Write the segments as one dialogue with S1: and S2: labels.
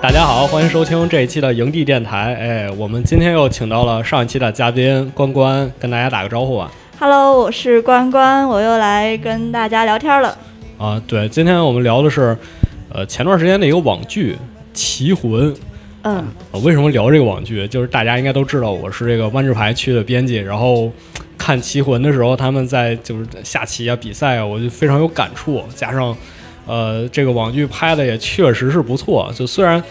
S1: 大家好，欢迎收听这一期的营地电台。哎，我们今天又请到了上一期的嘉宾关关，跟大家打个招呼啊。
S2: Hello，我是关关，我又来跟大家聊天了。
S1: 啊，对，今天我们聊的是，呃，前段时间的一个网剧《棋魂》。
S2: 嗯，
S1: 呃为什么聊这个网剧？就是大家应该都知道，我是这个湾制牌区的编辑，然后看《棋魂》的时候，他们在就是下棋啊、比赛啊，我就非常有感触。加上，呃，这个网剧拍的也确实是不错。就虽然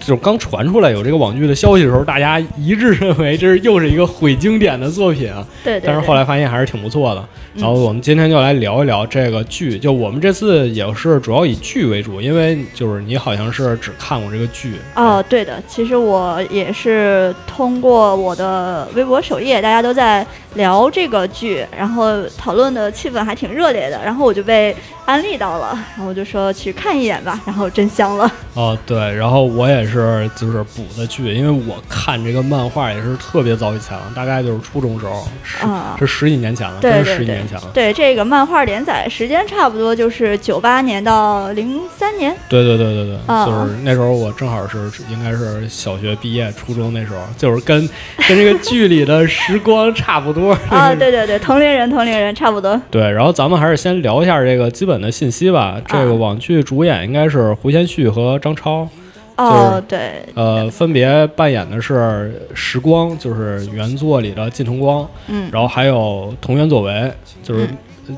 S1: 这种刚传出来有这个网剧的消息的时候，大家一致认为这是又是一个毁经典的作品啊，
S2: 对对嗯对。
S1: 但是后来发现还是挺不错的。然后我们今天就来聊一聊这个剧，就我们这次也是主要以剧为主，因为就是你好像是只看过这个剧
S2: 哦，对的，其实我也是通过我的微博首页，大家都在聊这个剧，然后讨论的气氛还挺热烈的，然后我就被安利到了，然后我就说去看一眼吧，然后真香 了。
S1: 哦，对，然后我也是就是补的剧，因为我看这个漫画也是特别早以前了，大概就是初中时候，十、
S2: 啊
S1: 是十几年前了，
S2: 对
S1: 真是
S2: 对
S1: 十几
S2: 对
S1: 年前了。
S2: 对，这个漫画连载时间差不多就是九八年到零三年，
S1: 对对对对对，
S2: 啊
S1: 就是那时候我正好是应该是小学毕业、初中那时候，就是跟跟这个剧里的时光差不多。
S2: 啊，对对对，同龄人，同龄人，差不多。
S1: 对，然后咱们还是先聊一下这个基本的信息吧。这个
S2: 啊
S1: 网剧主演应该是胡先煦和张超，
S2: 哦，对，
S1: 呃，分别扮演的是时光，就是原作里的靳同光，
S2: 嗯，
S1: 然后还有同源佐为，就是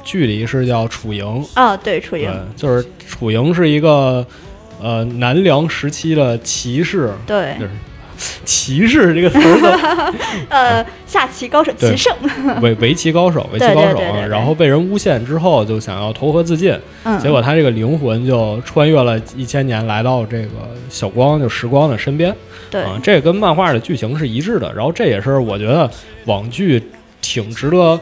S1: 剧里是叫楚莹，
S2: 哦，对，嗯楚莹
S1: 对，，就是楚莹是一个呃南梁时期的骑士，
S2: 对
S1: 就，是骑士这个词儿 都
S2: 呃，下棋高手
S1: 对
S2: 棋圣，
S1: 围围棋高手，围棋
S2: 对对
S1: 高手
S2: 对对
S1: 啊，
S2: 对
S1: 然后被人诬陷之后就想要投河自尽，
S2: 嗯，
S1: 结果他这个灵魂就穿越了一千年，来到这个小光就时光的身边。
S2: 对，
S1: 啊，这跟漫画的剧情是一致的。然后这也是我觉得网剧挺值得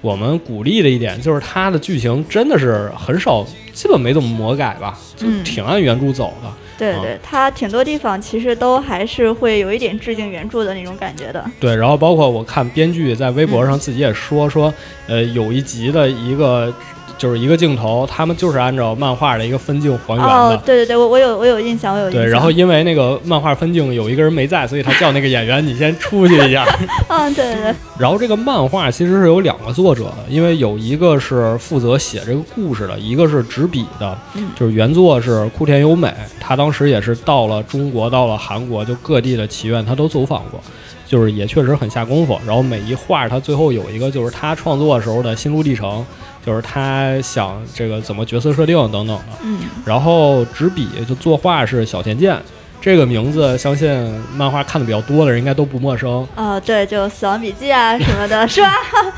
S1: 我们鼓励的一点，就是它的剧情真的是很少，基本没怎么魔改吧，就
S2: 嗯
S1: 挺按原著走的。
S2: 对
S1: 啊
S2: 对，它挺多地方其实都还是会有一点致敬原著的那种感觉的。
S1: 对，然后包括我看编剧在微
S2: 嗯
S1: 博上自己也说、说，呃，有一集的一个就是一个镜头，他们就是按照漫画的一个分镜还原的。
S2: 哦，对对对，我我有我有印象，我有印象。
S1: 对，然后因为那个漫画分镜有一个人没在，所以他叫那个演员你先出去一下。
S2: 嗯，对对对，
S1: 然后这个漫画其实是有两个作者的，因为有一个是负责写这个故事的，一个是执笔的
S2: 嗯，
S1: 就是原作是库田优美，他当时也是到了中国，到了韩国，就各地的祈愿他都走访过。就是也确实很下功夫，然后每一画他最后有一个就是他创作时候的心路历程，就是他想这个怎么角色设定等等的。
S2: 嗯，
S1: 然后执笔就作画是小田健，这个名字相信漫画看的比较多的人应该都不陌生。
S2: 哦，对，就《死亡笔记》啊什么的，是 吧？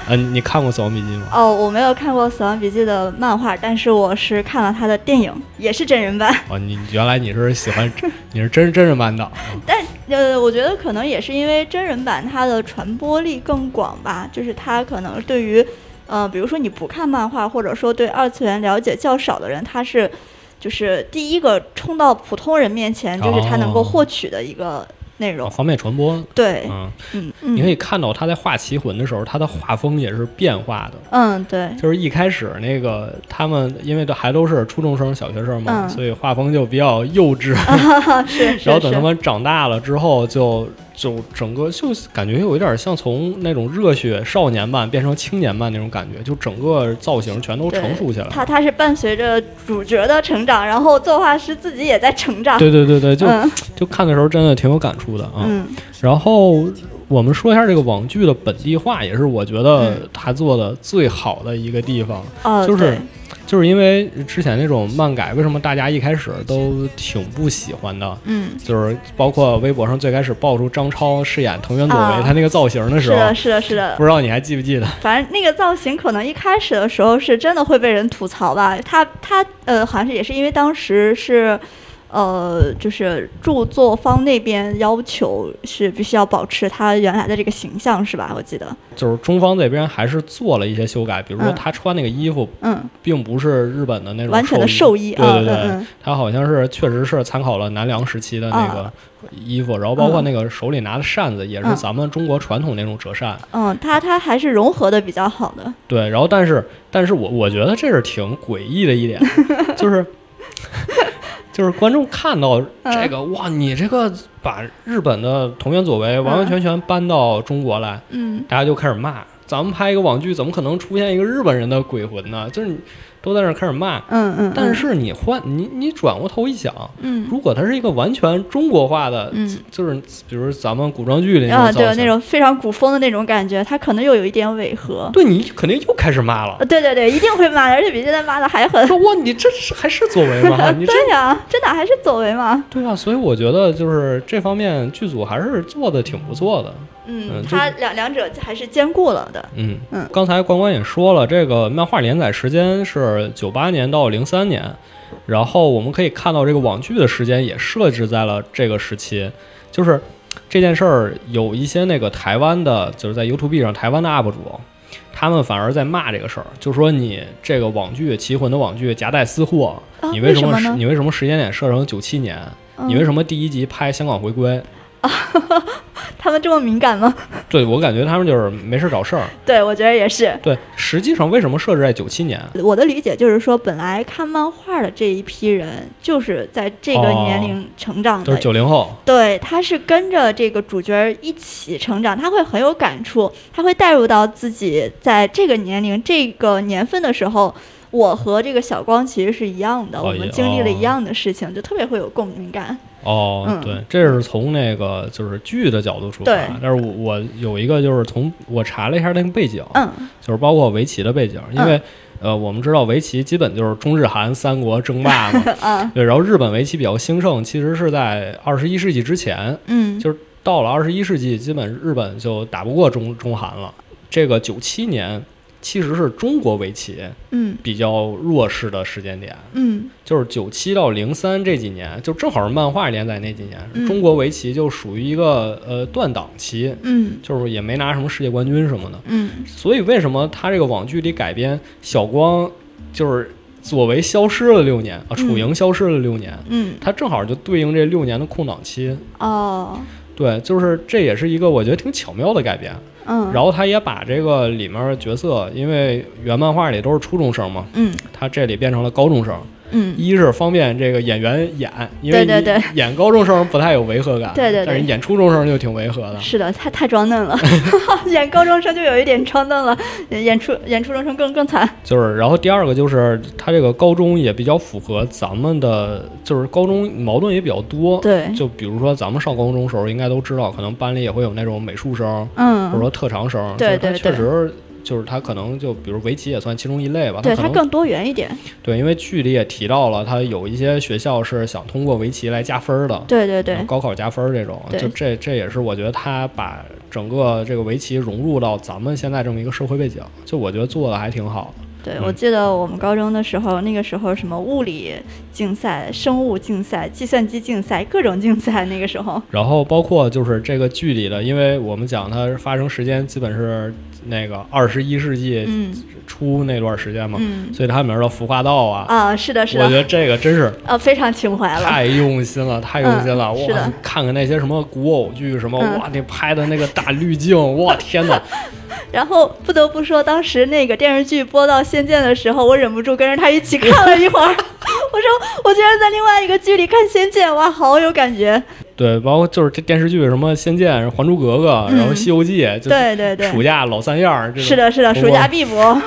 S1: 嗯、你看过《死亡笔记》吗？
S2: 哦，我没有看过《死亡笔记》的漫画，但是我是看了他的电影，也是真人版。
S1: 啊，你原来你是喜欢，你是真真人版 的，
S2: 但呃，我觉得可能也是因为真人版它的传播力更广吧，就是它可能对于，呃，比如说你不看漫画，或者说对二次元了解较少的人，他是就是第一个冲到普通人面前，就是他能
S1: 哦
S2: 够获取的一个内容。
S1: 啊方便传播。
S2: 对，
S1: 嗯，
S2: 嗯
S1: 你可
S2: 嗯
S1: 以看到他在画《棋魂》的时候，他的画风也是变化的。
S2: 嗯，对，
S1: 就是一开始那个他们，因为都还都是初中生、小学生嘛，
S2: 嗯
S1: 所以画风就比较幼稚。
S2: 是 是
S1: 然后等他
S2: 是，
S1: 们长大了之后就，就整个就感觉有一点像从那种热血少年漫变成青年漫那种感觉，就整个造型全都
S2: 对
S1: 成熟起来
S2: 它
S1: 了。
S2: 它是伴随着主角的成长，然后作画师自己也在成长。
S1: 对对对对，就、
S2: 嗯
S1: 就看的时候真的挺有感触的啊。
S2: 嗯
S1: 然后我们说一下这个网剧的本地化，也是我觉得
S2: 嗯
S1: 他做的最好的一个地方，
S2: 哦，
S1: 就是
S2: 对
S1: 就是因为之前那种漫改，为什么大家一开始都挺不喜欢的？
S2: 嗯，
S1: 就是包括微博上最开始爆出张超饰演藤原佐为
S2: 啊
S1: 他那个造型的
S2: 是
S1: 时候，
S2: 的，是的，啊是的。
S1: 不知道你还记不记得？
S2: 反正那个造型可能一开始的时候是真的会被人吐槽吧，他他呃好像是也是因为当时是，呃就是著作方那边要求是必须要保持他原来的这个形象是吧？我记得，
S1: 就是中方这边还是做了一些修改，比如说
S2: 嗯
S1: 他穿那个衣服
S2: 嗯，
S1: 并不是日本的那种
S2: 完全的
S1: 寿
S2: 寿衣
S1: 对
S2: 啊
S1: 对对，
S2: 嗯嗯
S1: 他好像是确实是参考了南梁时期的那个衣服，然后包括那个手里拿的扇子也是
S2: 啊嗯
S1: 咱们中国传统那种折扇，
S2: 嗯，他他还是融合的比较好的，
S1: 对，然后 但是但是我我觉得这是挺诡异的一点，就是。就是观众看到这
S2: 嗯
S1: 个，哇，你这个把日本的同源左为完完全全搬到中国来，
S2: 嗯，
S1: 大家就开始骂，咱们拍一个网剧，怎么可能出现一个日本人的鬼魂呢？就是你都在那儿开始骂。
S2: 嗯嗯，
S1: 但是你换你你转过头一想，
S2: 嗯，
S1: 如果它是一个完全中国化的，
S2: 嗯
S1: 就是比如咱们古装剧里
S2: 嗯，
S1: 那种
S2: 啊，
S1: 造
S2: 对，
S1: 型，
S2: 那种非常古风的那种感觉，它可能又有一点违和。
S1: 对你肯定又开始骂了
S2: 呃，，对对对，一定会骂的，而且比现在骂的还狠。
S1: 说哇，你这是还是作为吗？ 你这
S2: 对呀、这哪还是走为嘛？
S1: 对啊，所以我觉得就是这方面剧组还是做的挺不错的。
S2: 嗯
S1: 嗯，就
S2: 它两两者还是兼顾了的。
S1: 嗯
S2: 嗯
S1: 刚才关关也说了，这个漫画连载时间是九八年到零三年，然后我们可以看到这个网剧的时间也设置在了这个时期，就是这件事儿有一些那个台湾的，就是在 YouTube 上台湾的 UP 主。他们反而在骂这个事儿，就说你这个网剧《棋魂》的网剧夹带私货，
S2: 啊
S1: 你
S2: 为
S1: 什么
S2: 什
S1: 时
S2: 么呢嗯
S1: 你为什么时间点设成九七年？你为
S2: 么
S1: 什么第一集拍香港回归？
S2: 他们这么敏感吗？
S1: 对我感觉他们就是没事儿找事儿。
S2: 对，我觉得也是。
S1: 对，实际上为什么设置在九七年？
S2: 我的理解就是说，本来看漫画的这一批人，就是在这个
S1: 哦
S2: 年龄成长
S1: 都
S2: 的，
S1: 是九零后，
S2: 对，他是跟着这个主角儿一起成长，他会很有感触，他会带入到自己在这个年龄、这个年份的时候，我和这个小光其实是一样的，
S1: 哦
S2: 我
S1: 也
S2: 们经历了
S1: 哦
S2: 一样的事情，就特别会有共鸣感。
S1: 哦，
S2: 嗯
S1: 对，这是从那个就是剧的角度出发
S2: 对。
S1: 但是我我有一个就是从我查了一下那个背景，
S2: 嗯，，
S1: 就是包括围棋的背景，因为、呃我们知道围棋基本就是中日韩三国争霸嘛
S2: 啊，
S1: 对，然后日本围棋比较兴盛，其实是在二十一世纪之前，
S2: 嗯，
S1: 就是到了二十一世纪，基本日本就打不过中中韩了。这个九七年其实是中国围棋
S2: 嗯，
S1: 比较弱势的时间点，
S2: 嗯，
S1: 就是九七到零三这几年，就正好是漫画连载那几年，
S2: 嗯
S1: 中国围棋就属于一个呃断档期，
S2: 嗯，
S1: 就是也没拿什么世界冠军什么的。
S2: 嗯，
S1: 所以为什么他这个网剧里改编小光就是左为消失了六年啊，楚莹消失了六年，
S2: 嗯，
S1: 他正好就对应这六年的空档期。
S2: 哦，
S1: 对，就是这也是一个我觉得挺巧妙的改编。
S2: 嗯，
S1: 然后他也把这个里面的角色，因为原漫画里都是初中生嘛，
S2: 嗯，
S1: 他这里变成了高中生。
S2: 嗯，
S1: 一是方便这个演员演，因为
S2: 对对
S1: 你
S2: 对
S1: 演高中生不太有违和感，
S2: 对对对
S1: 但是演初中生就挺违和的。
S2: 是的，太太装 嫩了，演高中生就有一点装嫩了，演初演初中生更更惨。
S1: 就是，然后第二个就是他这个高中也比较符合咱们的，就是高中矛盾也比较多。
S2: 对，
S1: 哦就比如说咱们上高中时候，应该都知道，可能班里也会有那种美术生或者
S2: 嗯，
S1: 说特长生，
S2: 对
S1: 就是他
S2: 对
S1: 确
S2: 对
S1: 实。就是他可能就比如围棋也算其中一类吧，
S2: 对，
S1: 可
S2: 它
S1: 能
S2: 更多元一点。
S1: 对，因为剧里也提到了，他有一些学校是想通过围棋来加分儿的，
S2: 对对对，
S1: 高考加分儿这种，
S2: 对
S1: 就这这也是我觉得他把整个这个围棋融入到咱们现在这么一个社会背景，就我觉得做的还挺好。
S2: 对，
S1: 嗯
S2: 我记得我们高中的时候，那个时候什么物理竞赛、生物竞赛、计算机竞赛，各种竞赛。那个时候，
S1: 然后包括就是这个剧里的，因为我们讲它发生时间基本是那个二十一世纪
S2: 嗯
S1: 初那段时间嘛，
S2: 嗯
S1: 所以它里面的服化道啊，
S2: 啊，是的，是
S1: 我觉
S2: 的，
S1: 得这个真是
S2: 啊，非常情怀了。
S1: 太用心了，太用心了！
S2: 嗯是
S1: 哇
S2: 的，
S1: 看看那些什么古偶剧什么，
S2: 嗯
S1: 哇，那拍的那个大滤镜，哇，天哪！
S2: 然后不得不说，当时那个电视剧播到《仙剑》的时候，我忍不住跟着他一起看了一 会儿。我说，我居然在另外一个剧里看《仙剑》，哇，好有感觉。
S1: 对，包括就是这电视剧什么《仙剑》《还珠格格》，然后《
S2: 嗯
S1: 西游记》就
S2: 对对对，
S1: 暑假老三样儿，这种
S2: 是的，是的，
S1: 风
S2: 暑假
S1: 光
S2: 必播。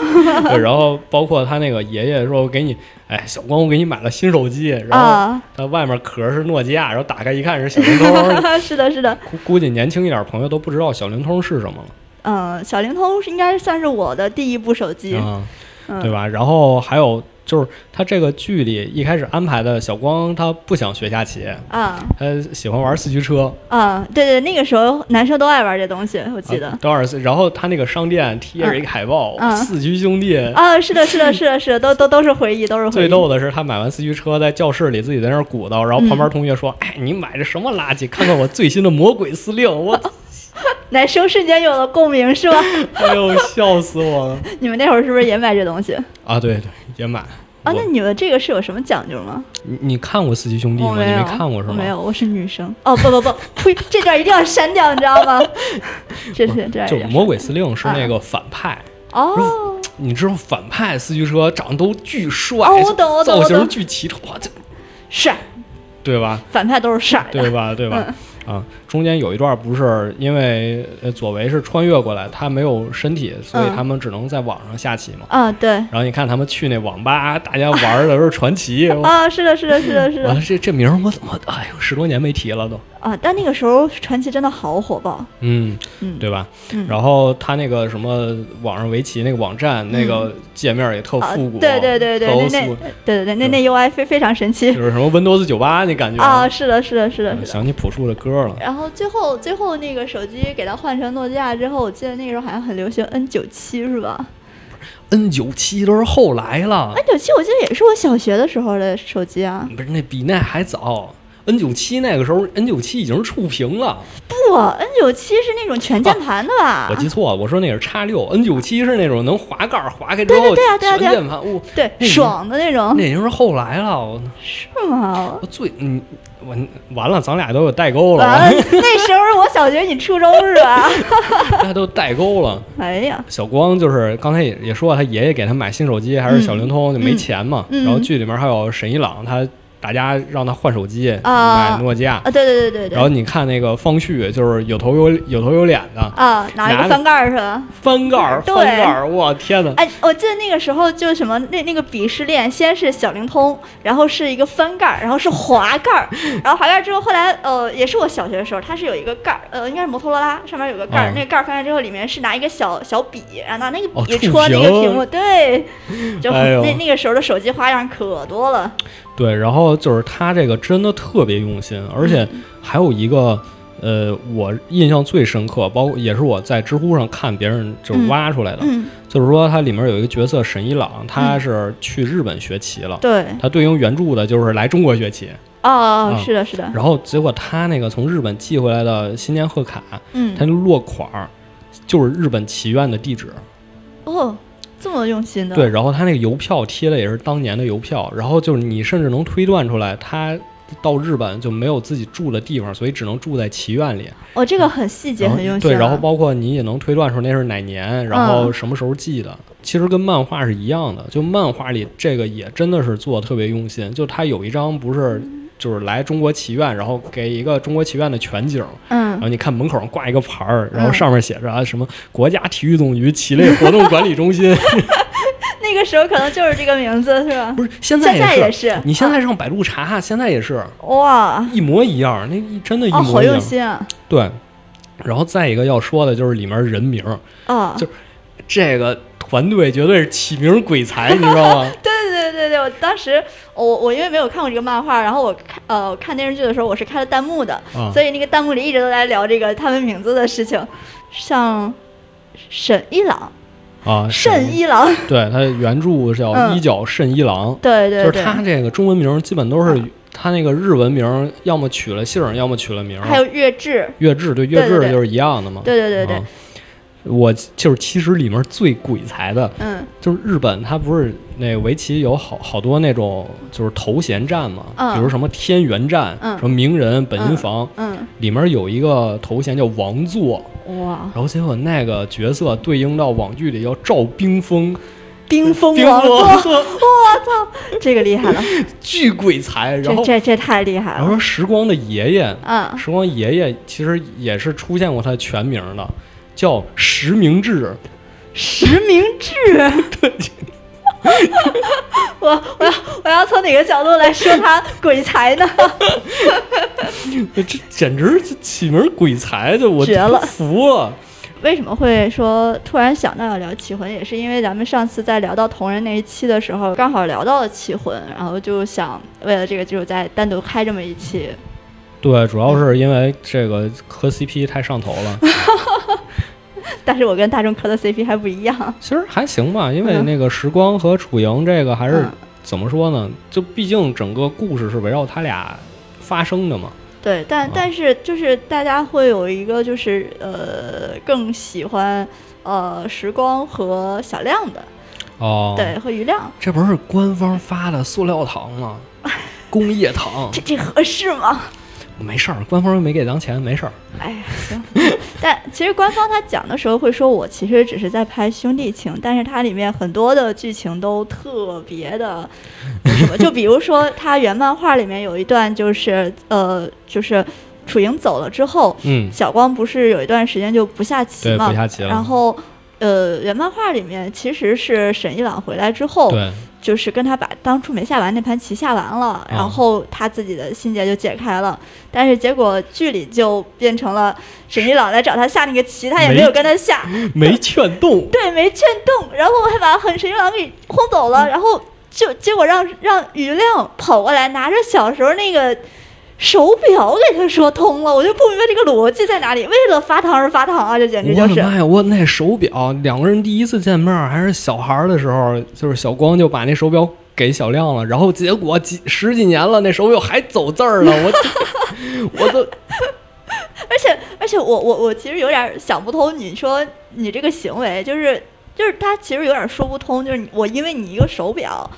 S1: 对，然后包括他那个爷爷说：“我给你，哎，小光，我给你买了新手机。”然后
S2: 啊，
S1: 他外面壳是诺基亚，然后打开一看是小灵通。
S2: 是的，是的。
S1: 估 估计年轻一点儿朋友都不知道小灵通是什么了，
S2: 嗯，小灵通是应该算是我的第一部手机。
S1: 嗯，
S2: 嗯，
S1: 对吧？然后还有就是他这个剧里一开始安排的小光，他不想学下棋，
S2: 啊
S1: 他喜欢玩四驱车，
S2: 啊，对对，那个时候男生都爱玩这东西，我记得
S1: 啊。等会儿，然后他那个商店贴着一个海报，
S2: 嗯嗯
S1: 四驱兄弟。
S2: 啊，是的，是的，是的，是的，都都都是回忆，都是回 忆。
S1: 最逗的是，他买完四驱车，在教室里自己在那儿鼓捣，然后旁
S2: 嗯
S1: 边同学说：“哎，你买的什么垃圾？看看我最新的魔鬼司令！”我，
S2: 男生瞬间有了共鸣，是吧？
S1: 哎呦，笑死我了！
S2: 你们那会儿是不是也买这东西？
S1: 啊，对对，也买。
S2: 啊，那
S1: 我
S2: 你们这个是有什么讲究吗？
S1: 你你看过四驱兄弟
S2: 我
S1: 吗？你
S2: 有，
S1: 没看过是吗？
S2: 我哦没。有，我是女生。哦，不不不，呸，这段一定要删掉，你知 道吗？这是这段一
S1: 就
S2: 定要
S1: 魔鬼司令是
S2: 啊
S1: 那个反派，
S2: 哦，
S1: 你知道反派四驱车长得都巨帅，
S2: 哦我懂我
S1: 造
S2: 懂我
S1: 型
S2: 懂
S1: 巨奇特，哇，这
S2: 帅
S1: 对吧？
S2: 反派都是傻的，
S1: 对吧？对吧？
S2: 嗯
S1: 啊，中间有一段不是因为呃左为是穿越过来，他没有身体，所以
S2: 嗯
S1: 他们只能在网上下棋嘛。
S2: 啊，对，
S1: 然后你看他们去那网吧，大家玩儿的都是传奇。我
S2: 啊，是的，是的，是的，是
S1: 完
S2: 的
S1: 了，，这这名儿我怎么哎呦十多年没提了都，
S2: 啊，但那个时候传奇真的好火爆，
S1: 嗯，
S2: 嗯，
S1: 对吧？
S2: 嗯
S1: 然后他那个什么网上围棋那个网站那个界面也特
S2: 嗯啊，
S1: 哦复古，
S2: 对对对对，
S1: 特
S2: 那
S1: 欧
S2: 那
S1: 苏，
S2: 对对对，那那 UI 非非常神奇
S1: 嗯就是什嗯么 Windows 九八那感觉
S2: 啊，，是的，是的，是的，是的。
S1: 想起朴树的歌了。
S2: 然后最后最后那个手机给它换成诺基亚之后，我记得那个时候好像很流行 N 九七是吧
S1: N 九七都是后来了，
S2: ？N 九七我记得也是我小学的时候的手机啊，
S1: 不是那比那还早。N 九七那个时候，N 九七已经是触屏了。
S2: 不，N 九七是那种全键盘的吧？
S1: 哦我记错了，我说那是叉六，N 九七是那种能滑盖儿滑开之
S2: 对
S1: 后
S2: 对对啊对啊对
S1: 全
S2: 啊
S1: 键盘，哦我
S2: 对，
S1: 那已经
S2: 爽的那种
S1: 那，已经是后来了。我
S2: 是吗
S1: 我？最嗯，我完了，咱俩都有代沟
S2: 完
S1: 了，
S2: 了，那时候是我小学，你初中是吧？
S1: 大家都代沟了。
S2: 哎呀，
S1: 小光就是刚才也也说了，他爷爷给他买新手机还是小灵通，就没钱嘛。
S2: 嗯
S1: 然后剧里面还有沈一朗，他大家让他换手机，
S2: 啊
S1: 买诺基亚。
S2: 啊，对对对对
S1: 然后
S2: 对，
S1: 你看那个方旭，就是有头有有头有脸的，
S2: 啊，拿一
S1: 拿
S2: 个翻盖儿是吧？
S1: 翻盖儿
S2: 对
S1: 翻盖儿，我天 哪！
S2: 哎，我记得那个时候就什么那那个鄙视链，先是小灵通，然后是一个翻盖儿，然后是滑盖儿，然后滑盖儿之后，后来呃也是我小学的时候，它是有一个盖儿，呃应该是摩托罗拉上面有个盖儿，
S1: 嗯
S2: 那个盖儿翻开之后里面是拿一个小小笔，然后拿那个
S1: 哦
S2: 笔
S1: 触
S2: 戳那个
S1: 屏
S2: 屏幕， 对，就、
S1: 哎呦
S2: 那那个时候的手机花样可多了，
S1: 对，然后就是他这个真的特别用心，而且
S2: 嗯
S1: 还有一个。呃，我印象最深刻，包括也是我在知乎上看别人就是
S2: 嗯
S1: 挖出来的，
S2: 嗯，
S1: 就是说它里面有一个角色沈一朗，他是去日本学棋了，
S2: 对，
S1: 他对应原著的就是来中国学棋，
S2: 哦，
S1: 啊
S2: 是的，是的，
S1: 然后结果他那个从日本寄回来的新年贺卡，
S2: 嗯
S1: 他，就落款儿就是日本棋院的地址，
S2: 哦，这么用心的，
S1: 对，，然后他那个邮票贴的也是当年的邮票，然后就是你甚至能推断出来他。到日本就没有自己住的地方，所以只能住在棋院里。
S2: 哦，这个很细节，
S1: 然后
S2: 很用心
S1: 对，
S2: 啊，嗯
S1: 然后包括你也能推断出那是哪年，然后什么时候寄的。其实跟漫画是一样的，就漫画里这个也真的是做的特别用心。就他有一张不是就是来中国棋院，然后给一个中国棋院的全景，然
S2: 嗯，
S1: 后你看门口上挂一个牌儿，然后
S2: 嗯
S1: 上面写着啊什么国家体育总局棋类活动管理中心，
S2: 那个时候可能就是这个名字是吧？
S1: 不是现
S2: 现在
S1: 在
S2: 也
S1: 是。
S2: 是，
S1: 你现在上百度查，现在也是
S2: 哇，
S1: 一模一样，那一真的一
S2: 哦，好
S1: 模一
S2: 用
S1: 样。
S2: 心啊！
S1: 对，然后再一个要说的就是里面人名，
S2: 啊，
S1: 就这个团队绝对是起名鬼 才，你知道吗？
S2: 对对对对对，我当时我我因为没有看过这个漫画，然后我看呃看电视剧的时候我是开了弹幕的，嗯
S1: 啊
S2: 所以那个弹幕里一直都在聊这个他们名字的事情，像沈一郎、
S1: 啊，
S2: 慎一郎，
S1: 对他原著叫
S2: 嗯
S1: 一角慎一郎，
S2: 对对啊
S1: 就是
S2: 对，
S1: 他这个中文名基本都是他那个日文名，要么取了姓儿，要么取了名儿。
S2: 还有月志，
S1: 月志对月
S2: 对对
S1: 志
S2: 对
S1: 就是一样的嘛。
S2: 对对对对
S1: 啊，我就是其实里面最鬼才的，
S2: 嗯
S1: 就是日本，它不是那围棋有好好多那种就是头衔战嘛，
S2: 嗯
S1: 比如什么天元战、
S2: 嗯
S1: 什么名人、本因坊，
S2: 嗯，
S1: 里面有一个头衔叫王座，
S2: 哇，
S1: 然后结果那个角色对应到网剧里叫赵冰峰，
S2: 冰封
S1: 冰
S2: 王
S1: 峰
S2: 座，这个厉害 了，
S1: 巨鬼才。然
S2: 这
S1: 后
S2: 这这太厉害
S1: 然
S2: 了，
S1: 后时光的爷爷，
S2: 嗯，
S1: 时光爷爷其实也是出现过他的全名的，叫石明志。
S2: 实名制。 我我要我要从哪个角度来说他鬼才呢？
S1: 这简直是起名鬼才，就我
S2: 绝了
S1: 服了。
S2: 为什么会说突然想到要聊棋魂，也是因为咱们上次在聊到同人那一期的时候，刚好聊到了棋魂，然后就想为了这个就是再单独开这么一期。
S1: 对，主要是因为这个磕 CP 太上头 了，
S2: 但是我跟大众磕的 CP 还不一样，
S1: 其实还行吧，因为那个时光和楚莹这个还是、
S2: 嗯
S1: 怎么说呢？就毕竟整个故事是围绕他俩发生的嘛。
S2: 对，但
S1: 啊
S2: 但是就是大家会有一个就是呃更喜欢呃时光和小亮的，
S1: 哦，
S2: 对，，和余亮，
S1: 这不是官方发的塑料糖吗？工业糖
S2: 这这合适吗？
S1: 没事儿，官方又没给咱钱，没事儿。
S2: 哎呀，行。 但其实官方他讲的时候会说，我其实只是在拍兄弟情，但是它里面很多的剧情都特别的什么，就比如说他原漫画里面有一段就是呃就是。楚莹走了之后，
S1: 嗯，
S2: 小光不是有一段时间就不下棋
S1: 对，
S2: 嘛
S1: 不，下棋了。
S2: 然后，呃，原漫画里面其实是沈一朗回来之后，
S1: 对，
S2: 就是跟他把当初没下完那盘棋下完了，
S1: 啊
S2: 然后他自己的心结就解开了。但是结果剧里就变成了沈一朗来找他下那个棋，他也
S1: 没嗯
S2: 没有跟他下，
S1: 没劝动。
S2: 对，没劝动，然后还把很沈一朗给轰
S1: 嗯
S2: 走了，然后就结果让让于亮跑过来拿着小时候那个。手表给他说通了，我就不明白这个逻辑在哪里。为了发糖而发糖啊，这简直就
S1: 我的
S2: 是。
S1: 妈呀！我那手表，两个人第一次见面还是小孩儿的时候，就是小光就把那手表给小亮了，然后结果几十几年了，那手表还走字儿了，我 我都
S2: 而且而且我我我其实有点想不通，你说你这个行为就是就是他其实有点说不通，就是你我因为你一个手表，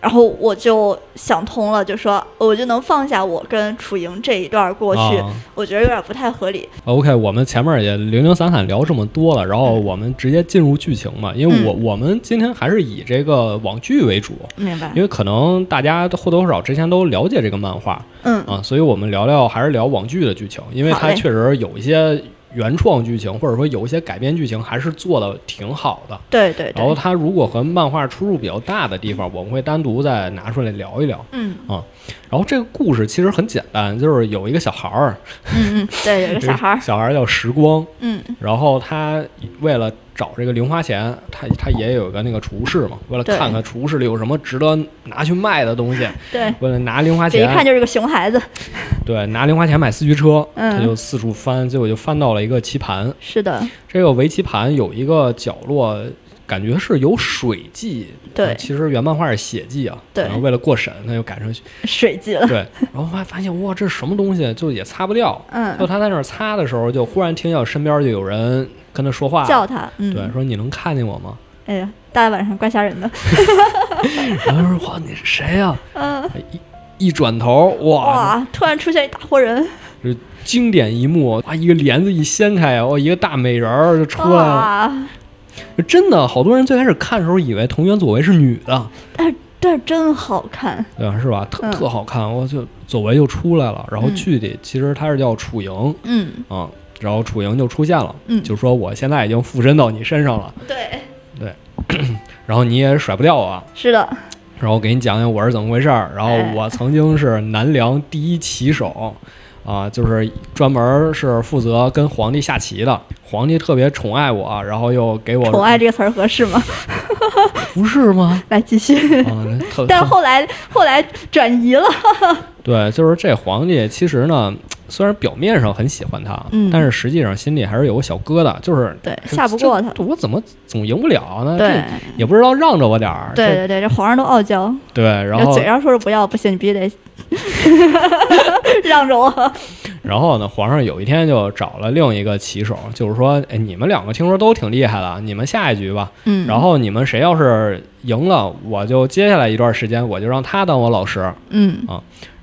S2: 然后我就想通了，就说我就能放下我跟楚莹这一段过去，
S1: 啊
S2: 我觉得有点不太合理。
S1: OK，我们前面也零零散散聊这么多了，然后我们直接进入剧情嘛，因为我、
S2: 嗯
S1: 我们今天还是以这个网剧为主，
S2: 明白
S1: 因？为可能大家都或多或少之前都了解这个漫画
S2: 嗯，
S1: 啊，所以我们聊聊还是聊网剧的剧情，因为
S2: 好
S1: 它
S2: 嘞
S1: 确实有一些原创剧情，或者说有一些改编剧情还是做的挺好的。
S2: 对对
S1: 然后
S2: 对，
S1: 它如果和漫画出入比较大的地方，我们会单独再拿出来聊一聊。
S2: 嗯
S1: 然后这个故事其实很简单，就是有一个小孩儿，
S2: 嗯嗯，对，有个小孩儿，
S1: 小孩儿叫时光，
S2: 嗯
S1: 然后他为了找这个零花钱，他他也有个那个厨师嘛，为了
S2: 对
S1: 看看厨师里有什么值得拿去卖的 东西，
S2: 对，
S1: 为了拿零花
S2: 这一看
S1: 钱，
S2: 就是个熊孩子，
S1: 对，拿零花钱买四驱车，
S2: 嗯
S1: 他就四处翻，结果就翻到了一个棋盘。
S2: 是的，
S1: 这个围棋盘有一个角落，感觉是有水迹，
S2: 对
S1: 呃其实原漫画是血迹啊，
S2: 对
S1: 然后为了过审，他就改 成
S2: 水记了，
S1: 对，然后发发现哇，这是什么东西，就也擦不掉。就
S2: 嗯，
S1: 他在那儿擦的时候，就忽然听到身边就有人跟他说话，
S2: 叫他，嗯，
S1: 对，说你能看见我吗？
S2: 哎呀，大晚上怪吓人的，
S1: 然后说哇，你是谁呀、
S2: 嗯，
S1: 一一转头，哇，
S2: 哇，突然出现一大活人，
S1: 就经典一幕，哇，一个帘子一掀开，哇，一个大美人儿就出来了。
S2: 哇。
S1: 就真的，好多人最开始看的时候以为藤原佐为是女的，
S2: 但是但是真好看，
S1: 对吧？是吧？特、
S2: 嗯
S1: 特好看，我就佐为就出来了。然后
S2: 嗯
S1: 剧里其实她是叫楚莹
S2: 嗯
S1: 啊、然后楚莹就出现了，
S2: 嗯
S1: 就说我现在已经附身到你身上了，
S2: 对，
S1: 然后你也甩不掉我啊。
S2: 是的，
S1: 然后我给你讲讲我是怎么回事儿。然后
S2: 哎
S1: 我曾经是南梁第一棋手，啊，就是专门儿是负责跟皇帝下棋的。皇帝特别宠爱我，然后又给我
S2: 宠爱这个词儿合适吗？
S1: 不是吗？
S2: 来继续。
S1: 啊，特
S2: 但
S1: 特
S2: 后来后来转移了，
S1: 对，就是这皇帝其实呢，虽然表面上很喜欢他，
S2: 嗯
S1: 但是实际上心里还是有个小疙瘩，就是
S2: 对，下不过他。
S1: 这我怎么总赢不了呢？
S2: 对
S1: 这也不知道让着我点儿。
S2: 对对对，这皇上都傲娇，
S1: 这对，然后
S2: 嘴上说着不要，不行，你 必须得让着我。
S1: 然后呢，皇上有一天就找了另一个棋手，就是说，哎，你们两个听说都挺厉害的，你们下一局吧。
S2: 嗯，
S1: 然后你们谁要是赢了，我就接下来一段时间我就让他当我老师。
S2: 嗯，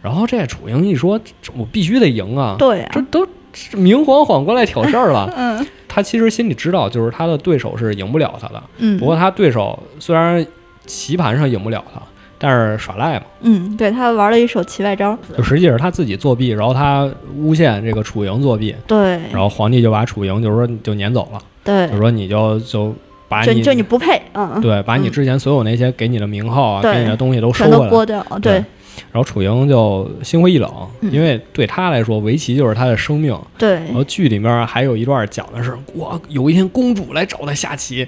S1: 然后这楚莹一说，这我必须得赢啊，
S2: 对啊
S1: 这，都这明晃晃过来挑事儿了。
S2: 嗯
S1: 他其实心里知道，就是他的对手是赢不了他的。
S2: 嗯，
S1: 不过他对手虽然棋盘上赢不了他，但是耍赖嘛，
S2: 嗯，对他玩了一手棋外招，
S1: 就实际是他自己作弊，然后他诬陷这个楚莹作弊。
S2: 对
S1: 然后皇帝就把楚莹就是说你就撵走了，
S2: 对
S1: 就，说你就就把
S2: 就
S1: 你
S2: 就你不配，嗯，
S1: 对把你
S2: 嗯
S1: 之前所有那些给你的名号啊，
S2: 对
S1: 给你的东西都收
S2: 全都
S1: 回来。
S2: 剥掉，
S1: 对
S2: 对
S1: 然后楚莹就心灰意冷，
S2: 嗯
S1: 因为对他来说围棋就是他的生命。
S2: 对
S1: 然后剧里面还有一段讲的是，哇，有一天公主来找他下棋，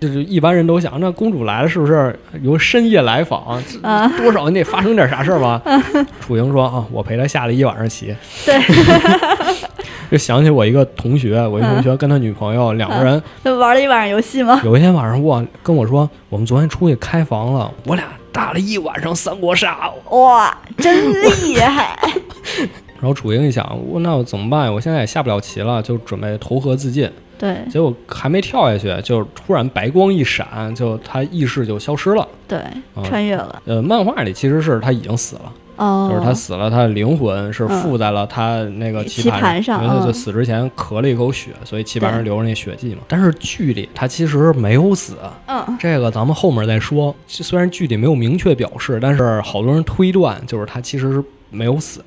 S1: 就是一般人都想，那公主来了是不是由深夜来访？这
S2: 啊
S1: 多少你得发生点啥事儿吧？ 楚莹说啊，我陪她下了一晚上棋。
S2: 对，
S1: 就想起我一个同学，我一同
S2: 嗯
S1: 学跟他女朋友两个人
S2: 那玩了一晚上游戏吗？
S1: 有一天晚上，哇，跟我说我们昨天出去开房了，我俩打了一晚上三国杀。哦
S2: 哇，真厉害！
S1: 然后楚莹一想，我那我怎么办呀？我现在也下不了棋了，就准备投河自尽。
S2: 对
S1: 结果还没跳下去，就突然白光一闪，就他意识就消失了。
S2: 对
S1: 啊，
S2: 穿越了
S1: 呃，漫画里其实是他已经死了，
S2: 哦，
S1: 就是他死了，他的灵魂是
S2: 嗯
S1: 附在了他那个棋
S2: 棋
S1: 盘
S2: 盘上
S1: 因为他就
S2: 嗯
S1: 死之前咳了一口血，所以棋盘上
S2: 对
S1: 留着那血迹嘛。但是剧里他其实没有死，
S2: 嗯
S1: 这个咱们后面再说。虽然剧里没有明确表示，但是好多人推断，就是他其实是没有死，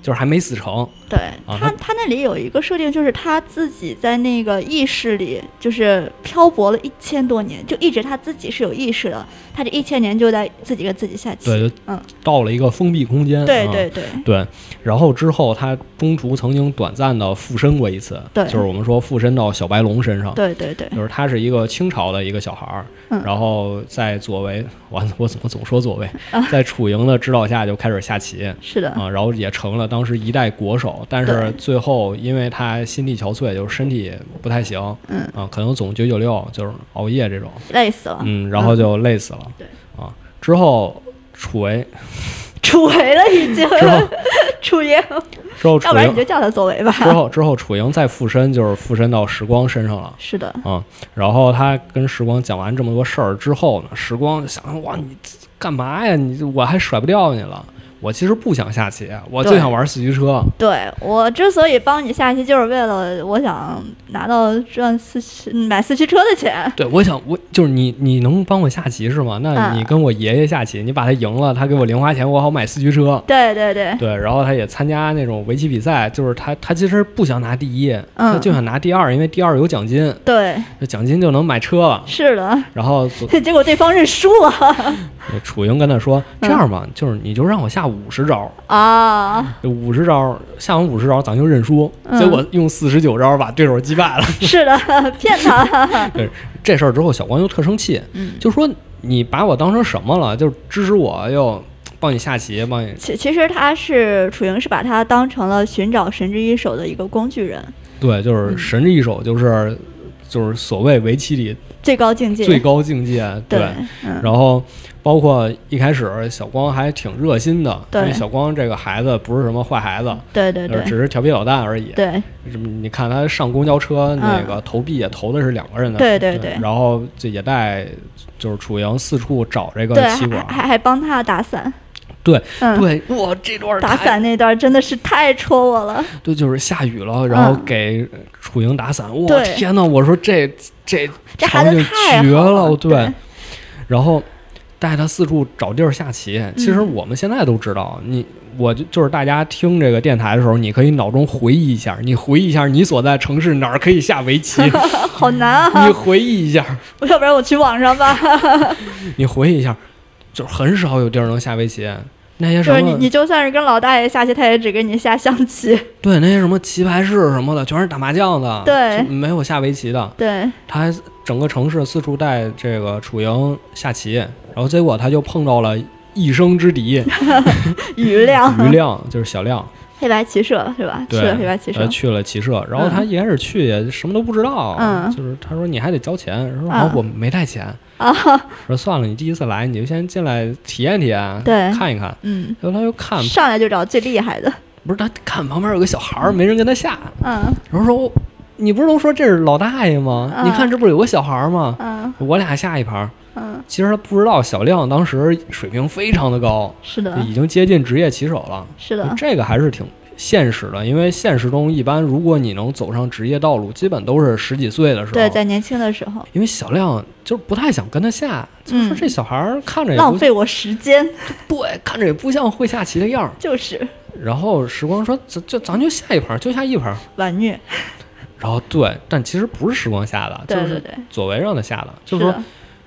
S1: 就是还没死成。
S2: 对
S1: 啊
S2: 他
S1: 他
S2: 他那里有一个设定，就是他自己在那个意识里就是漂泊了一千多年，就一直他自己是有意识的，他这一千年就在自己跟自己下棋。
S1: 对，就
S2: 嗯，
S1: 到了一个封闭空间。
S2: 对
S1: 啊
S2: 对对
S1: 对，然后之后他中途曾经短暂的附身过一次，
S2: 对
S1: 就是我们说附身到小白龙身上，
S2: 对对对，
S1: 就是他是一个清朝的一个小孩儿，
S2: 嗯
S1: 然后在左为，我我我总说左为， 在楚莹的指导下就开始下棋。
S2: 啊是的，
S1: 啊，然后也成了当时一代国手，但是
S2: 对
S1: 最后因为他心力憔悴，就是身体不太行，
S2: 嗯
S1: 啊，可能总九九六就是熬夜这种，
S2: 累死了，
S1: 嗯，然后就累死了，
S2: 啊对
S1: 啊，之后楚为，
S2: 楚为了已
S1: 之
S2: 经，
S1: 后
S2: 楚爷，
S1: 之后楚
S2: 要不然
S1: 莹
S2: 你就叫他作为 吧。
S1: 之后之后，楚莹再附身就是附身到时光身上了。
S2: 是的，
S1: 啊、然后他跟时光讲完这么多事儿之后呢，时光想哇，你干嘛呀？你我还甩不掉你了。我其实不想下棋，我就
S2: 对
S1: 想玩四驱车。
S2: 对我之所以帮你下棋，就是为了我想拿到赚四驱买四驱车的钱。
S1: 对，我想我就是你，你能帮我下棋是吗？那
S2: 嗯
S1: 你跟我爷爷下棋，你把他赢了，他给我零花钱，我好买四驱车。
S2: 对对对，
S1: 对，然后他也参加那种围棋比赛，就是他他其实不想拿第一，他
S2: 嗯
S1: 就想拿第二，因为第二有奖金，
S2: 对，
S1: 这奖金就能买车了。
S2: 是的。
S1: 然后左
S2: 结果对方认输了
S1: 那楚莹跟他说：“这
S2: 嗯
S1: 样吧，就是你就让我下五十招，
S2: 啊！
S1: 五十招下完五十招，咱就认输。
S2: 嗯
S1: 结果用四十九招把对手击败 了。
S2: 是的，骗他。
S1: 这事儿之后，小光就特生气，
S2: 嗯
S1: 就说你把我当成什么了？就是支持我，又帮你下棋，帮你
S2: 其其实他是楚莹，是把他当成了寻找神之一手的一个工具人，
S1: 对，
S2: 嗯
S1: 就是神之一手，就是就是所谓围棋里
S2: 最高境界。
S1: 最高境界。
S2: 对，
S1: 对，
S2: 嗯，
S1: 然后包括一开始小光还挺热心的，因
S2: 对
S1: 为小光这个孩子不是什么坏孩子，
S2: 对对
S1: 就是
S2: 对
S1: 只是调皮捣蛋而已。
S2: 对
S1: 什么？你看他上公交车那个投币也投的是两个人的，
S2: 嗯对对对
S1: 然后这也带就是楚莹四处找这个
S2: 对，
S1: 棋
S2: 还
S1: 馆，
S2: 还还帮他打伞。
S1: 对
S2: 嗯，
S1: 对，哇，这段儿
S2: 打
S1: 太，
S2: 伞那段真的是太戳我了。
S1: 对，就是下雨了，然后给楚莹打伞，哇，
S2: 嗯对
S1: 天呐，我说这这
S2: 这孩
S1: 场
S2: 子
S1: 景
S2: 太
S1: 绝
S2: 好
S1: 了，
S2: 对，
S1: 然后带他四处找地儿下棋。
S2: 嗯
S1: 其实我们现在都知道，你我就就是大家听这个电台的时候，你可以脑中回忆一下，你回忆一下你所在城市哪儿可以下围 棋，
S2: 好难啊
S1: 你！回忆一下。
S2: 我 要不然我去网上吧，
S1: 你回忆一下，就是很少有地儿能下围棋。那些什
S2: 就是
S1: 么，
S2: 你你就算是跟老大爷下棋，他也只给你下象 棋。
S1: 对那些什么棋牌室什么的，全是打麻将的，
S2: 对
S1: 就没有下围棋的。
S2: 对
S1: 他还整个城市四处带这个楚莹下棋，然后结果他就碰到了一生之敌
S2: 余亮，
S1: 于 亮，就是小亮，
S2: 黑白骑射是吧？去
S1: 对，
S2: 了黑白骑
S1: 呃
S2: 射，
S1: 去了骑射。然后他一开始去也什么都不知道，
S2: 嗯
S1: 就是他说你还得交钱，说
S2: 嗯
S1: 啊我没带钱，
S2: 啊，
S1: 说算了，你第一次来你就先进来体验体验，
S2: 对
S1: 看一看。
S2: 嗯，
S1: 然后他就看
S2: 上来就找最厉害的，
S1: 不是他看旁边有个小孩儿，没人跟他下，
S2: 嗯
S1: 然后说我：“你不是都说这是老大爷吗？
S2: 嗯
S1: 你看这不是有个小孩儿吗？
S2: 嗯
S1: 我俩下一盘儿。
S2: 嗯，
S1: 其实他不知道小亮当时水平非常的高，
S2: 是
S1: 就
S2: 的，
S1: 已经接近职业棋手了。
S2: 是啊的，
S1: 这个还是挺现实的，因为现实中一般如果你能走上职业道路，基本都是十几岁的时候。
S2: 对，在年轻的时候
S1: 因为小亮就是不太想跟他下，就是说
S2: 嗯
S1: 这小孩儿看着也
S2: 浪
S1: 不
S2: 费我时间，
S1: 对，看着也不像会下棋的样儿。
S2: 就是
S1: 然后时光说：“咱就咱就下一盘儿，就下一盘。”
S2: 玩虐，
S1: 然后对，但其实不是时光下的，
S2: 对
S1: 就
S2: 对
S1: 是
S2: 对，
S1: 左为让他下的，就是是说
S2: 的，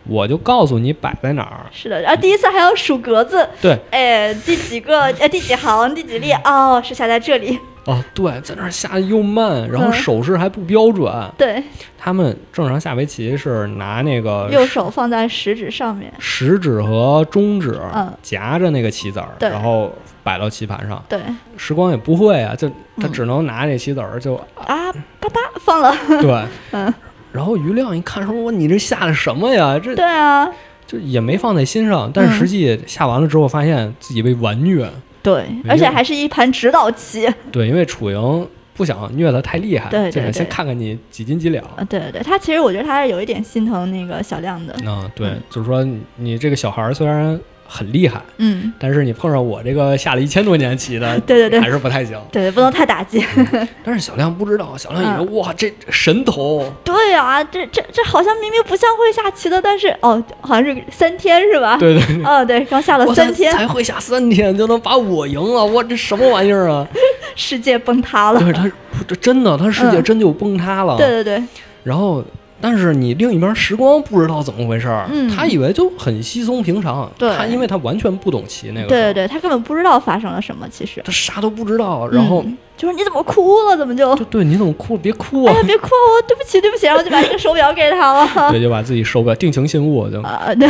S1: 我就告诉你摆在哪儿。
S2: 是的，啊，第一次还要数格子，
S1: 对，
S2: 哎，第几个，哎，第几行，第几列，哦，是下在这里，
S1: 哦，对，在那儿下的又慢，然后
S2: 嗯
S1: 手势还不标准。
S2: 对，
S1: 他们正常下围棋是拿那个
S2: 右手放在食指上面，
S1: 食指和中指
S2: 嗯
S1: 夹着那个棋子儿，
S2: 对
S1: 然后摆到棋盘上。
S2: 对，
S1: 时光也不会啊，就他
S2: 嗯
S1: 只能拿那棋子儿 就、
S2: 啊，吧嗒放了，
S1: 对。
S2: 嗯，
S1: 然后余亮一看说：“我你这下的什么呀？这
S2: 对啊，
S1: 就也没放在心上。”但是
S2: 嗯
S1: 实际下完了之后，发现自己被完虐。
S2: 对，而且还是一盘指导棋，
S1: 对，因为楚莹不想虐得太厉害，
S2: 对对
S1: 就想先
S2: 对
S1: 看看你几斤几两。
S2: 啊，对对对，他其实我觉得他是有一点心疼那个小亮的，
S1: 嗯，对
S2: 嗯，
S1: 就是说你你这个小孩儿虽然很厉害，
S2: 嗯，，
S1: 但是你碰上我这个下了一千多年棋的
S2: 对对对
S1: 还是不嗯太行。
S2: 对，不能太打击。
S1: 但是小亮不知道，小亮
S2: 嗯
S1: 以为哇，这这神童，
S2: 对啊，这这这好像明明不像会下棋的，但是哦，好像是三天是吧？，
S1: 对对对。
S2: 哦对，刚下了
S1: 我才
S2: 三天，
S1: 才会下三天就能把我赢了，我这什么玩意儿 啊！
S2: 世界崩塌了。
S1: 对他，这真的，他世界
S2: 嗯
S1: 真就崩塌了。
S2: 对对对，
S1: 然后，但是你另一边时光不知道怎么回事儿，
S2: 嗯
S1: 他以为就很稀松平常。
S2: 对
S1: 他因为他完全不懂棋那个。
S2: 对对，对，他根本不知道发生了什么，其实。
S1: 他啥都不知道。然后、
S2: 嗯就是你怎么哭了？怎么就？
S1: 就对你怎么哭？别哭
S2: 哎
S1: 啊
S2: 呀，！别哭啊！我对不起，对不起，然后就把这个手表给他了。
S1: 对，就把自己手表定情信物就。
S2: 啊，对。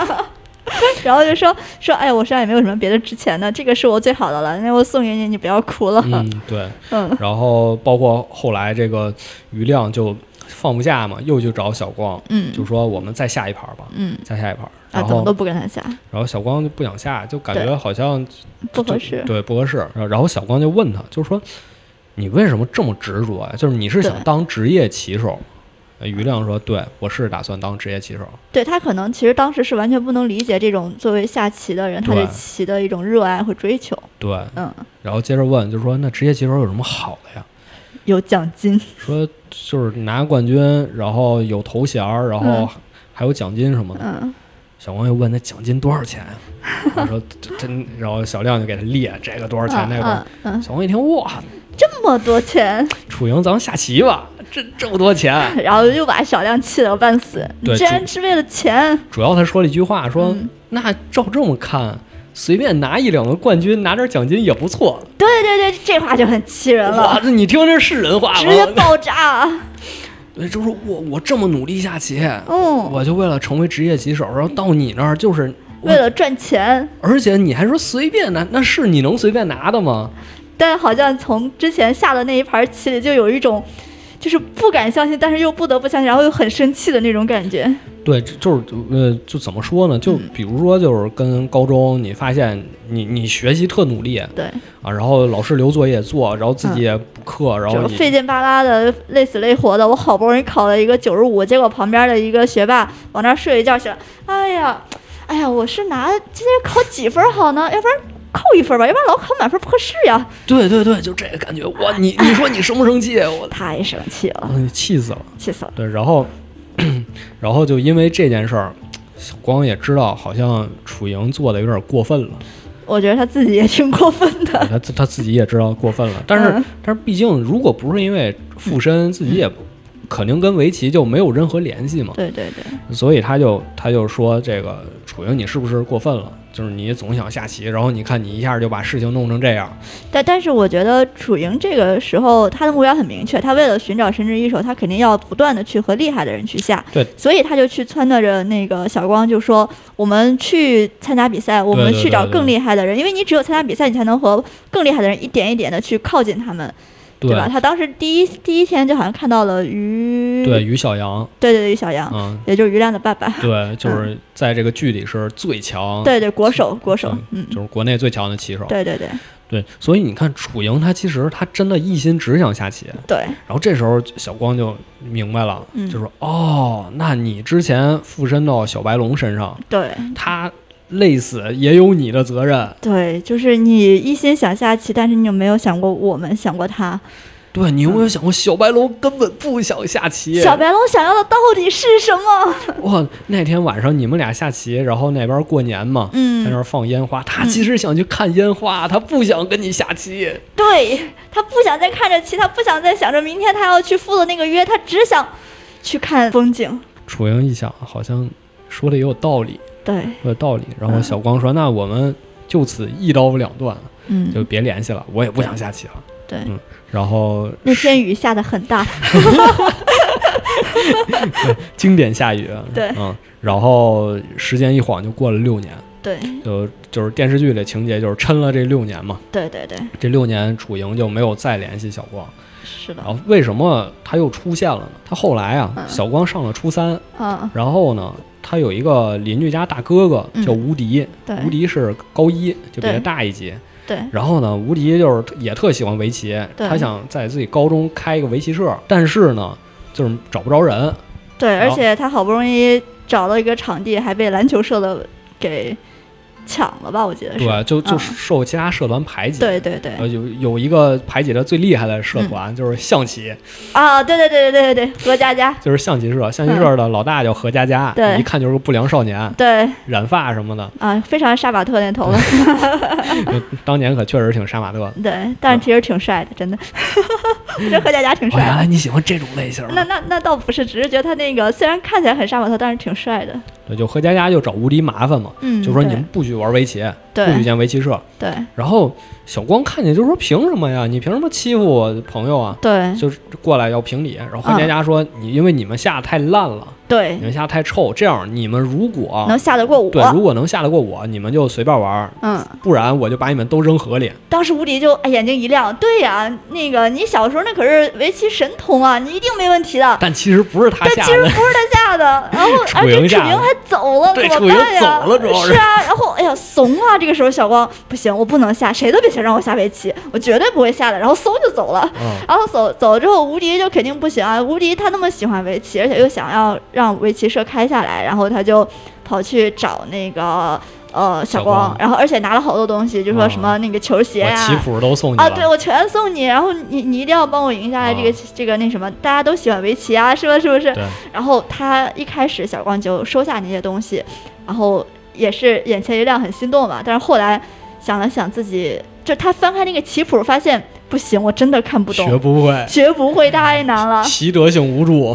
S2: 然后就说说，哎，我身上也没有什么别的值钱的，这个是我最好的了，那我送给你，你不要哭了。
S1: 嗯，对。
S2: 嗯
S1: 然后包括后来这个余亮就放不下嘛，又去找小光，
S2: 嗯
S1: 就说我们再下一盘吧，
S2: 嗯，
S1: 再下一盘。
S2: 啊，
S1: 然
S2: 怎么
S1: 后，
S2: 都不跟他下，
S1: 然后小光就不想下，就感
S2: 对
S1: 觉好像
S2: 不合
S1: 就
S2: 适。
S1: 对，不合适。然后然后小光就问他，就说你为什么这么执着啊？就是你是想
S2: 对
S1: 当职业棋手？呃余亮说：“对，我是打算当职业棋手。
S2: 对他可能其实当时是完全不能理解这种作为下棋的人他
S1: 对
S2: 对棋的一种热爱和追求。
S1: 对，
S2: 嗯，
S1: 然后接着问，就说那职业棋手有什么好的呀？
S2: 有奖金，
S1: 说就是拿冠军，然后有头衔儿，然后
S2: 嗯
S1: 还有奖金什么的。
S2: 嗯，
S1: 小光又问那奖金多少钱呀、 他说这这，然后小亮就给他列这个多少钱那个多少
S2: 嗯
S1: 钱。
S2: 嗯，
S1: 小光一听，哇，
S2: 这么多 钱，
S1: 楚莹，咱们下棋吧，这这么多钱。
S2: 然后又把小亮气得半死，你
S1: 对
S2: 竟然是为了钱，
S1: 主要他说了一句话，说、
S2: 嗯
S1: 那照这么看，随便拿一两个冠军，拿点奖金也不错。
S2: 对对对，这话就很气人
S1: 哇，
S2: 了，
S1: 这你听这是人话
S2: 直
S1: 吗
S2: 接？爆炸，
S1: 对，就是我我这么努力下棋，
S2: 嗯，
S1: 我就为了成为职业棋手，然后到你那儿就是我
S2: 为了赚钱，
S1: 而且你还说随便拿，那是你能随便拿的吗？
S2: 但好像从之前下的那一盘棋里就有一种。就是不敢相信，但是又不得不相信，然后又很生气的那种感觉。
S1: 对，就就是呃，就怎么说呢？就
S2: 嗯
S1: 比如说，就是跟高中，你发现你你学习特努力啊，
S2: 对，
S1: 然后老师留作业做，然后自己也补课，然
S2: 就
S1: 后
S2: 是
S1: 你
S2: 费劲巴拉的、累死累活的，我好不容易考了一个九十五，结果旁边的一个学霸往那儿睡一觉去了。哎呀，哎呀，我是拿今天考几分好呢？要不然扣一分吧，要不然老考满分不合适呀。
S1: 对对对，就这个感觉。哇，你你说你生不生气？啊我
S2: 太生气了，
S1: 嗯，气死了。
S2: 气死了。
S1: 对，然后然后就因为这件事儿，小光也知道好像楚莹做的有点过分了。
S2: 我觉得他自己也挺过分 的。
S1: 他自他自己也知道过分了，但是、
S2: 嗯
S1: 但是毕竟如果不是因为附身，自己也肯定跟围棋就没有任何联系嘛，
S2: 对对对，
S1: 所以他就他就说这个楚莹你是不是过分了？就是你总想下棋，然后你看你一下就把事情弄成这样，
S2: 但但是我觉得楚莹这个时候她的目标很明确，她为了寻找神之一手，她肯定要不断的去和厉害的人去下。
S1: 对，
S2: 所以她就去撺掇着那个小光，就说我们去参加比赛，我们去找更厉害的人，因为你只有参加比赛，你才能和更厉害的人一点一点的去靠近他们，对吧？他当时第一第一天就好像看到了于
S1: 对，于小洋，
S2: 对对对于小杨，
S1: 嗯，
S2: 也就是于亮的爸爸，
S1: 对，就是在这个剧里是最强，
S2: 对对国手国手
S1: 嗯，
S2: 嗯，
S1: 就是国内最强的棋手，
S2: 对对对
S1: 对，所以你看楚莹她其实她真的一心只想下棋，
S2: 对，
S1: 然后这时候小光就明白了，
S2: 嗯
S1: 就说：“哦，那你之前附身到小白龙身上，
S2: 对
S1: 他累死也有你的责任。
S2: 对，就是你一心想下棋，但是你有没有想过我们想过他？
S1: 对你有没有想过，嗯小白龙根本不想下棋？
S2: 小白龙想要的到底是什么？
S1: 哇，那天晚上你们俩下棋，然后那边过年嘛，在那
S2: 嗯，
S1: 儿放烟花，他其实想去看烟花，他不想跟你下棋。
S2: 对他不想再看着棋，他不想再想着明天他要去赴的那个约，他只想去看风景。
S1: 楚莹一想，好像说的也有道理，
S2: 对，
S1: 有道理。然后小光说：“那我们就此一刀两断，
S2: 嗯，
S1: 就别联系了，我也不想下棋了。”
S2: 对。
S1: 嗯然后
S2: 那天雨下的很大，
S1: 经典下雨，
S2: 对
S1: 嗯，然后时间一晃就过了六年，
S2: 对
S1: 就就是电视剧里情节就是抻了这六年嘛，
S2: 对对对，
S1: 这六年楚莹就没有再联系小光，
S2: 是的
S1: 然，后为什么他又出现了呢？他后来啊，
S2: 嗯
S1: 小光上了初三，
S2: 嗯，
S1: 然后呢，他有一个邻居家大哥哥
S2: 嗯
S1: 叫吴迪，
S2: 对
S1: 吴迪是高一，就比他
S2: 对
S1: 大一级，
S2: 对，
S1: 然后呢，吴迪就是也特喜欢围棋，
S2: 对
S1: 他想在自己高中开一个围棋社，但是呢，就是找不着人。
S2: 对，而
S1: 好
S2: 且他好不容易找到一个场地，还被篮球社的给抢了吧？我记得是。
S1: 对，就就
S2: 嗯
S1: 受其他社团排挤。
S2: 对嗯对对
S1: 呃，有有一个排挤的最厉害的社团、就是象棋，
S2: 啊，对对对对对对对，何佳佳，
S1: 就是象棋社，象棋社的老大叫何佳佳，
S2: 嗯对
S1: 一看就是个不良少年，
S2: 对
S1: 染发什 么的，
S2: 啊，非常杀马特那头了，
S1: 当年可确实挺杀马特的。
S2: 对，但是其实挺帅的，真的， 我觉得何佳佳挺
S1: 哦，
S2: 帅
S1: 原
S2: 的。
S1: 来你喜欢这种类型的。
S2: 那那那倒不是，只是觉得他那个虽然看起来很杀马特，但是挺帅的。
S1: 对，就何佳佳就找吴迪麻烦嘛，
S2: 嗯，
S1: 就说你们不许玩围棋，不
S2: 对
S1: 许
S2: 对
S1: 建围棋社。
S2: 对
S1: 然后小光看见就说：“凭什么呀？你凭什么欺负我朋友啊？”
S2: 对
S1: 就是过来要评理。然后何佳佳说：“你因为你们下得太烂了，
S2: 对
S1: 你，们下得太臭。这样你们如果
S2: 嗯能下得过
S1: 对如
S2: 我。
S1: 果能下得过我，你们就随便玩；
S2: 嗯，
S1: 不然我就把你们都扔河里。
S2: 当时吴迪就哎眼睛一亮，对呀、那个你小时候那可是围棋神童啊，你一定没问题的”。
S1: 但其实不是他
S2: 但
S1: 下
S2: 其实
S1: 的
S2: 不，是他下 的，然后
S1: 楚
S2: 而且
S1: 莹
S2: 楚
S1: 下的
S2: 莹还走了，
S1: 对
S2: 怎
S1: 楚
S2: 么
S1: 莹
S2: 办呀？
S1: 走了主要是
S2: 是啊，然后哎呀怂啊！这个时候小光不行，我不能下，谁都别想让我下围棋，我绝对不会下的。然后嗖就走了。
S1: 嗯，
S2: 然后走走了之后，吴迪就肯定不行啊！吴迪他那么喜欢围棋，而且又想要让围棋社开下来，然后他就跑去找那个呃小
S1: 小光
S2: 然后而且拿了好多东西，就说
S1: 啊
S2: 什么那个球鞋
S1: 我
S2: 呀、
S1: 棋谱都送你
S2: 啊，对，
S1: 了。
S2: 我全送你，然后你你一定要帮我赢下来这个、
S1: 啊
S2: 这个那什么，大家都喜欢围棋啊，是吧？是不是？
S1: 对，
S2: 然后他一开始小光就收下那些东西，然后也是眼前一亮，很心动嘛。但是后来想了想，自己就他翻开那个棋谱，发现不行，我真的看不
S1: 学
S2: 懂，啊
S1: 不会，。
S2: 学不会太难了
S1: 习得性无助。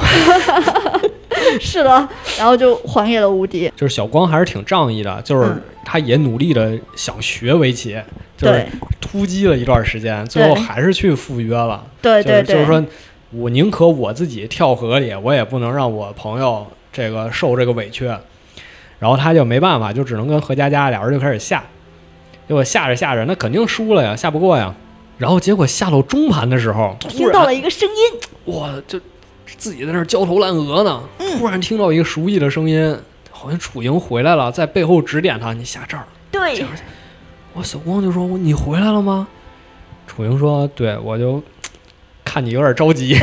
S2: 是的，然后就还给了无敌。
S1: 就是小光还是挺仗义的，就是
S2: 嗯
S1: 他也努力的想学围棋，就是
S2: 对
S1: 突击了一段时间，最后
S2: 对
S1: 还是去赴约了。
S2: 对对
S1: 就是就是
S2: 对，
S1: 说我宁可我自己跳河里，我也不能让我朋友这个受这个委屈。然后他就没办法，就只能跟何佳佳俩人就开始下，结果下着下着，那肯定输了呀，下不过呀。然后结果下到中盘的时候，突
S2: 听到
S1: 然
S2: 了一个声音，
S1: 哇，就自己在那儿焦头烂额呢，突然听到一个熟悉的声音，好像楚莹回来了，在背后指点他，你下这儿。
S2: 对
S1: 我小光就说：“我你回来了吗？”楚莹说：“对，我就看你有点着急，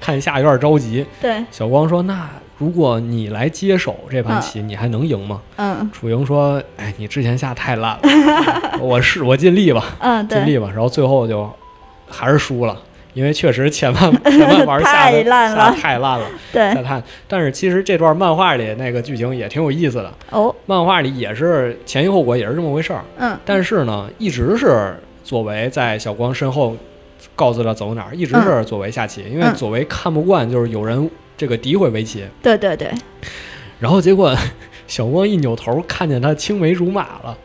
S1: 看一下有点着急。
S2: 对”，
S1: 小光说：“那如果你来接手这盘棋，你还能赢吗
S2: 嗯？”
S1: 楚莹说：“哎，你之前下太烂了，我是我尽力吧，
S2: 嗯
S1: 尽
S2: 对，
S1: 力吧。”然后最后就还是输了。因为确实前半前半玩下的
S2: 太烂
S1: 下
S2: 了
S1: 得太烂了，
S2: 对
S1: 下太。但是其实这段漫画里那个剧情也挺有意思的，
S2: 哦，
S1: 漫画里也是前因后果也是这么回事儿。
S2: 嗯
S1: 但是呢，一直是左为在小光身后告知他走哪儿，一直是左为下棋，因为
S2: 嗯
S1: 左为看不惯就是有人这个诋毁围棋，
S2: 对对对，
S1: 然后结果 小光一扭头看见他青梅竹马了，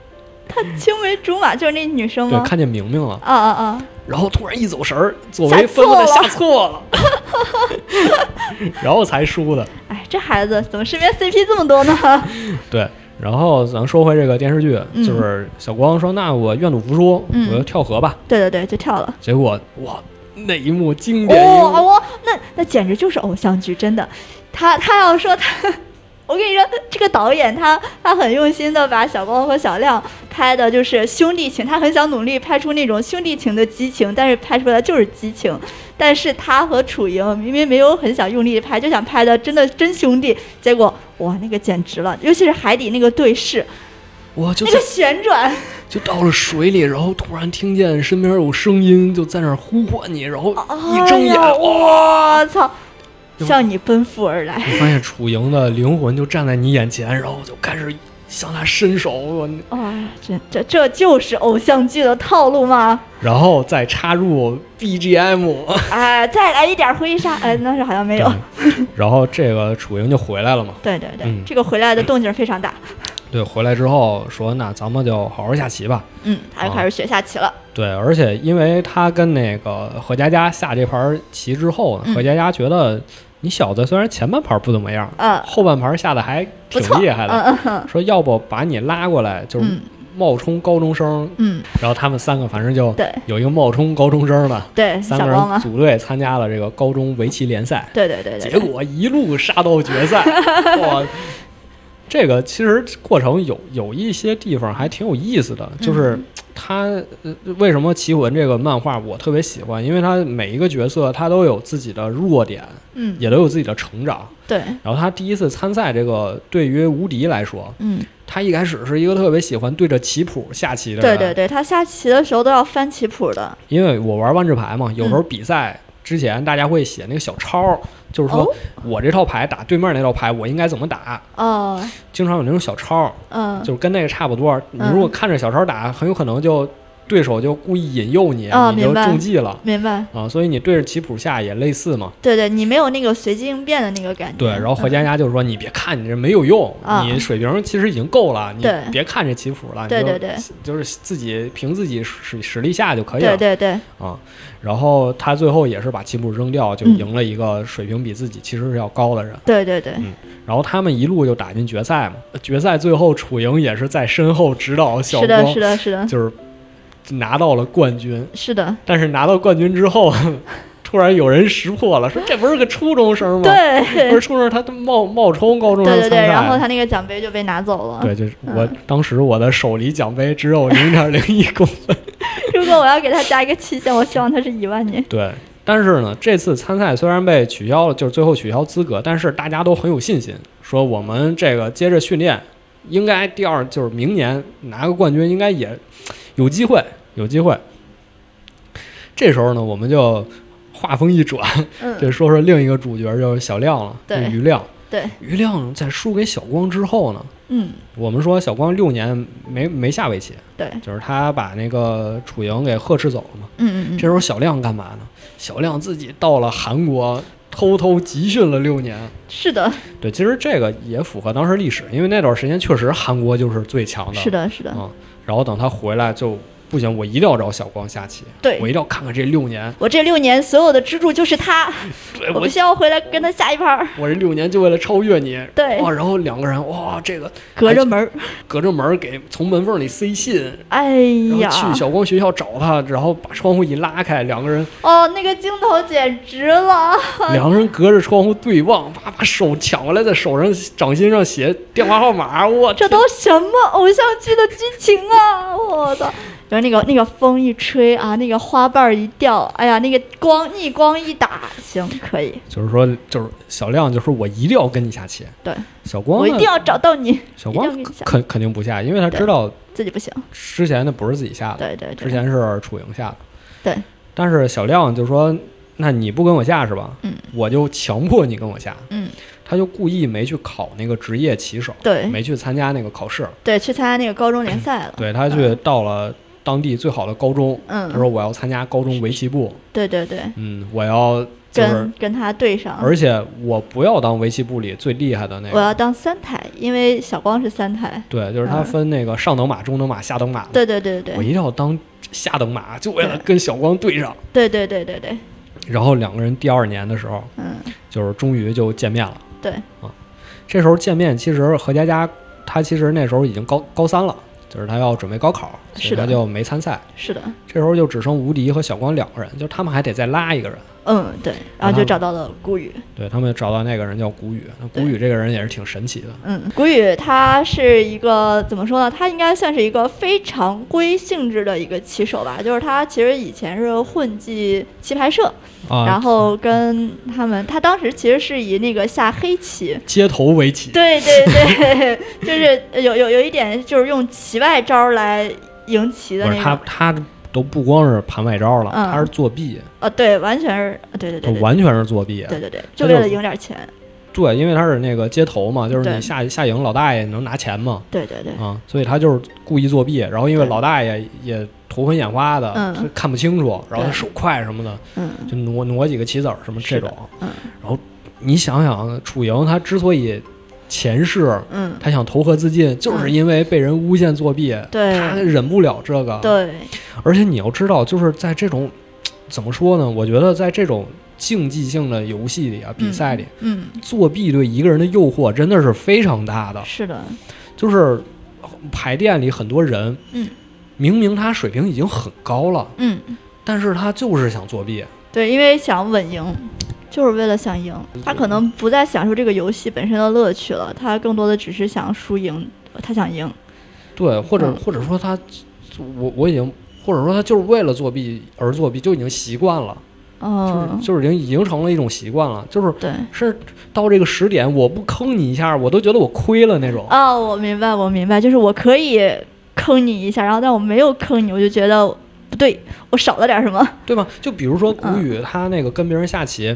S2: 他青梅竹马就是那女生
S1: 对
S2: 吗，？
S1: 看见明明了，
S2: 啊啊啊！
S1: 然后突然一走神儿，左为纷纷的
S2: 下
S1: 下错了， 然后才输的，
S2: 哎，这孩子怎么身边 CP 这么多呢？
S1: 对。然后咱们说回这个电视剧，
S2: 嗯
S1: 就是小光说：“那我愿赌服输，
S2: 嗯
S1: 我就跳河吧。
S2: 对对对，就跳了。
S1: 结果哇，那一幕经典一幕，
S2: 哦，我、那那简直就是偶像剧，真的。他他要说他，我跟你说，这个导演他他很用心的把小光和小亮拍的就是兄弟情，他很想努力拍出那种兄弟情的激情，但是拍出来就是激情。但是他和楚莹明明没有很想用力拍，就想拍的真的真兄弟，结果哇，那个简直了，尤其是海底那个对视，
S1: 哇，就
S2: 那
S1: 在
S2: 个旋转，
S1: 就到了水里，然后突然听见身边有声音，就在那儿呼唤你，然后 一睁眼，
S2: 哎呀
S1: 哇！
S2: 我操，向你奔赴而来。
S1: 你发现楚莹的灵魂就站在你眼前，然后就开始向他伸手，我
S2: 哇，这啊这这就是偶像剧的套路 吗？
S1: 然后再插入 BGM，
S2: 哎，再来一点回忆杀，哎，那是好像没有。
S1: 然后这个楚莹就回来了嘛。
S2: 对对对，
S1: 嗯
S2: 这个回来的动静非常大。
S1: 对，回来之后说，那咱们就好好下棋吧。
S2: 嗯，他又开始学下棋了。
S1: 对，而且因为他跟那个何佳佳下这盘棋之后呢，
S2: 嗯
S1: 何佳佳觉得你小子虽然前半盘不怎么样，
S2: 嗯，
S1: 后半盘下的还
S2: 不
S1: 挺
S2: 错。
S1: 厉害的。
S2: 嗯嗯
S1: 说要不把你拉过来，就是
S2: 嗯
S1: 冒充高中生，
S2: 嗯，
S1: 然后他们三个反正就
S2: 对
S1: 有一个冒充高中生的，
S2: 对，
S1: 三
S2: 小
S1: 个人
S2: 光啊嘛，
S1: 组队参加了这个高中围棋联赛，
S2: 对对对
S1: 结
S2: 对对，
S1: 果一路杀到决赛，哇！这个其实过程有有一些地方还挺有意思
S2: 嗯
S1: 的，就是他、呃为什么《棋魂》这个漫画我特别喜欢，因为他每一个角色他都有自己的弱点，
S2: 嗯，
S1: 也都有自己的成长。
S2: 对，
S1: 然后他第一次参赛这个，对于无敌来说，
S2: 嗯，
S1: 他一开始是一个特别喜欢对着棋谱下棋的
S2: 对
S1: 人，
S2: 对对，他下棋的时候都要翻棋谱的。
S1: 因为我玩万智牌嘛，有
S2: 嗯
S1: 时候比赛之前大家会写那个小抄，就是说
S2: 哦
S1: 我这套牌打对面那套牌，我应该怎么打，
S2: 哦，
S1: 经常有那种小抄，
S2: 嗯，
S1: 就是跟那个差不多。你
S2: 嗯
S1: 如果看着小抄打，很有可能就对手就故意引诱你，
S2: 哦
S1: 你就
S2: 明白
S1: 中计了
S2: 明白。
S1: 啊。所以你对着棋谱下也类似嘛。
S2: 对对，你没有那个随机应变的那个感觉。
S1: 对，然后回
S2: 嗯、
S1: 家家就是说，你别看你这没有用，
S2: 啊
S1: 你水平其实已经够了，你
S2: 对
S1: 别看这棋谱了，
S2: 对
S1: 你就
S2: 对对
S1: 就是自己凭自己实实力下就可以了
S2: 对对对，
S1: 啊。然后他最后也是把棋谱扔掉，就
S2: 嗯
S1: 赢了一个水平比自己其实是要高的人。
S2: 对对对，
S1: 然后他们一路就打进决赛嘛，决赛最后楚莹也是在身后指导小
S2: 是的，
S1: 光
S2: 是，的，是 的，
S1: 就是拿到了冠军。
S2: 是的，
S1: 但是拿到冠军之后， 突然有人识破了，说这不是个初中生吗？，
S2: 对
S1: 不是初中生，他冒冒充高中生
S2: 对
S1: 参
S2: 对
S1: 赛。
S2: 对，然后他那个奖杯就被拿走了。
S1: 对，就是我、
S2: 嗯
S1: 当时我的手离奖杯只有零点零一公分。
S2: 如果我要给他加一个期限，我希望他是一万年。
S1: 对，但是呢，这次参赛虽然被取消了，就是最后取消资格，但是大家都很有信心，说我们这个接着训练，应该第二就是明年拿个冠军，应该也有机会，有机会。这时候呢，我们就话锋一转，
S2: 嗯，
S1: 这说说另一个主角就是小亮了，
S2: 对
S1: 就是余亮。
S2: 对，
S1: 余亮在输给小光之后呢，
S2: 嗯，
S1: 我们说小光六年没没下围棋，
S2: 对，
S1: 就是他把那个楚莹给呵斥走了嘛。
S2: 嗯嗯
S1: 这时候小亮干嘛呢？小亮自己到了韩国，偷偷集训了六年。
S2: 嗯，是的，
S1: 对，其实这个也符合当时历史，因为那段时间确实韩国就是最强的。
S2: 是的，是的，
S1: 嗯，然后等他回来就不行，我一定要找小光下棋，
S2: 对
S1: 我一定要看看这六年，
S2: 我这六年所有的支柱就是他，
S1: 对
S2: 我
S1: 哎我
S2: 必须要回来跟他下一盘儿，
S1: 我这六年就为了超越你。
S2: 对
S1: 哇，然后两个人哇，这个
S2: 隔着门儿。
S1: 隔着门儿给从门缝里塞信，
S2: 哎呀
S1: 然，后去小光学校找他，然后把窗户一拉开，两个人
S2: 哦，那个镜头简直 了，
S1: 两个人隔着窗户对望，啪把手抢过来，在手上掌心上写电话号码，我
S2: 这都什么偶像剧的剧情啊！我操！然后那个那个风一吹啊，那个花瓣儿一掉，哎呀，那个光逆光一打，行，可以，
S1: 就是说就是小亮就说我一定要跟你下棋，
S2: 对
S1: 小光
S2: 我
S1: 呢
S2: 一定要找到你，
S1: 小
S2: 一
S1: 光
S2: 定要跟你下
S1: 肯肯定不下，因为他
S2: 对
S1: 知道
S2: 自己不行，
S1: 之前那不是自己下的，
S2: 对对
S1: 之
S2: 对，
S1: 前是楚莹下的，
S2: 对，
S1: 但是小亮就说那你不跟我下是吧？
S2: 嗯，
S1: 我就强迫你跟我下，
S2: 嗯，
S1: 他就故意没去考那个职业棋手，
S2: 对
S1: 没去参加那个考试，
S2: 对，去参加那个高中联赛了，
S1: 对他去到了当地最好的高中，
S2: 嗯
S1: 他说我要参加高中围棋部，
S2: 对对对，
S1: 嗯，我要就是
S2: 跟，跟他对上，
S1: 而且我不要当围棋部里最厉害的那
S2: 我
S1: 个，
S2: 要当三台，因为小光是三台，
S1: 对，就是他
S2: 嗯
S1: 分那个上等马、中等马、下等马，
S2: 对对对
S1: 我
S2: 对
S1: 一定要当下等马，就为了跟小光对上。
S2: 对对对对对，
S1: 然后两个人第二年的时候，
S2: 嗯，
S1: 就是终于就见面了。
S2: 对
S1: 这时候见面，其实何佳佳她其实那时候已经高高三了，就是她要准备高考，所
S2: 是
S1: 以
S2: 的
S1: 她就没参赛。
S2: 是的，
S1: 这时候就只剩吴迪和小光两个人，就他们还得再拉一个人。
S2: 嗯对，然后就找到了顾宇，
S1: 对他们找到那个人叫谷雨，那谷
S2: 对
S1: 雨这个人也是挺神奇的，
S2: 嗯，谷雨他是一个怎么说呢？他应该算是一个非常规性质的一个棋手吧，就是他其实以前是混迹棋牌社，
S1: 啊，
S2: 然后跟他们，他当时其实是以那个下黑棋。
S1: 街头围棋，
S2: 对对对， 就是有有有一点就是用棋外招儿来赢棋的
S1: 不是
S2: 那
S1: 他
S2: 种，
S1: 他都不光是盘外招了，
S2: 嗯
S1: 他是作弊，
S2: 呃，对，完全是，呃对对
S1: 他
S2: 对对
S1: 完全是作弊。
S2: 对对对，
S1: 就
S2: 就为了赢点钱，
S1: 对，因为他是那个街头嘛，就是你
S2: 对
S1: 下下赢老大爷能拿钱嘛，
S2: 对对对，
S1: 啊，所以他就是故意作弊。然后因为
S2: 对
S1: 老大爷也头昏眼花的，
S2: 嗯
S1: 他看不清楚，然后他
S2: 对
S1: 手快什么的，
S2: 嗯
S1: 就挪挪几个棋子儿什么这
S2: 是的
S1: 种。
S2: 嗯
S1: 你想想，楚莹她之所以前世
S2: 嗯，
S1: 她想投河自尽，就是
S2: 嗯
S1: 因为被人诬陷作弊，
S2: 对
S1: 她忍不了这个。
S2: 对，
S1: 而且你要知道，就是在这种怎么说呢？我觉得在这种竞技性的游戏里啊，比赛里，
S2: 嗯，
S1: 作弊对一个人的诱惑真的是非常大的
S2: 嗯，。是的，
S1: 就是排练里很多人，
S2: 嗯，
S1: 明明他水平已经很高了，
S2: 嗯。
S1: 但是他就是想作弊。
S2: 对，因为想稳赢，就是为了想赢，他可能不再享受这个游戏本身的乐趣了，他更多的只是想输赢，他想赢。
S1: 对，或者
S2: 嗯
S1: 或者说他，我我已经，或者说他就是为了作弊而作弊，就已经习惯了，
S2: 嗯，
S1: 就是就是已经已经成了一种习惯了，就是
S2: 对。
S1: 是到这个时点，我不坑你一下，我都觉得我亏了那种。
S2: 哦，我明白，我明白，就是我可以坑你一下，然后但我没有坑你，我就觉得不对，我少了点什么。
S1: 对吧？就比如说
S2: 嗯
S1: 古语，他那个跟别人下棋，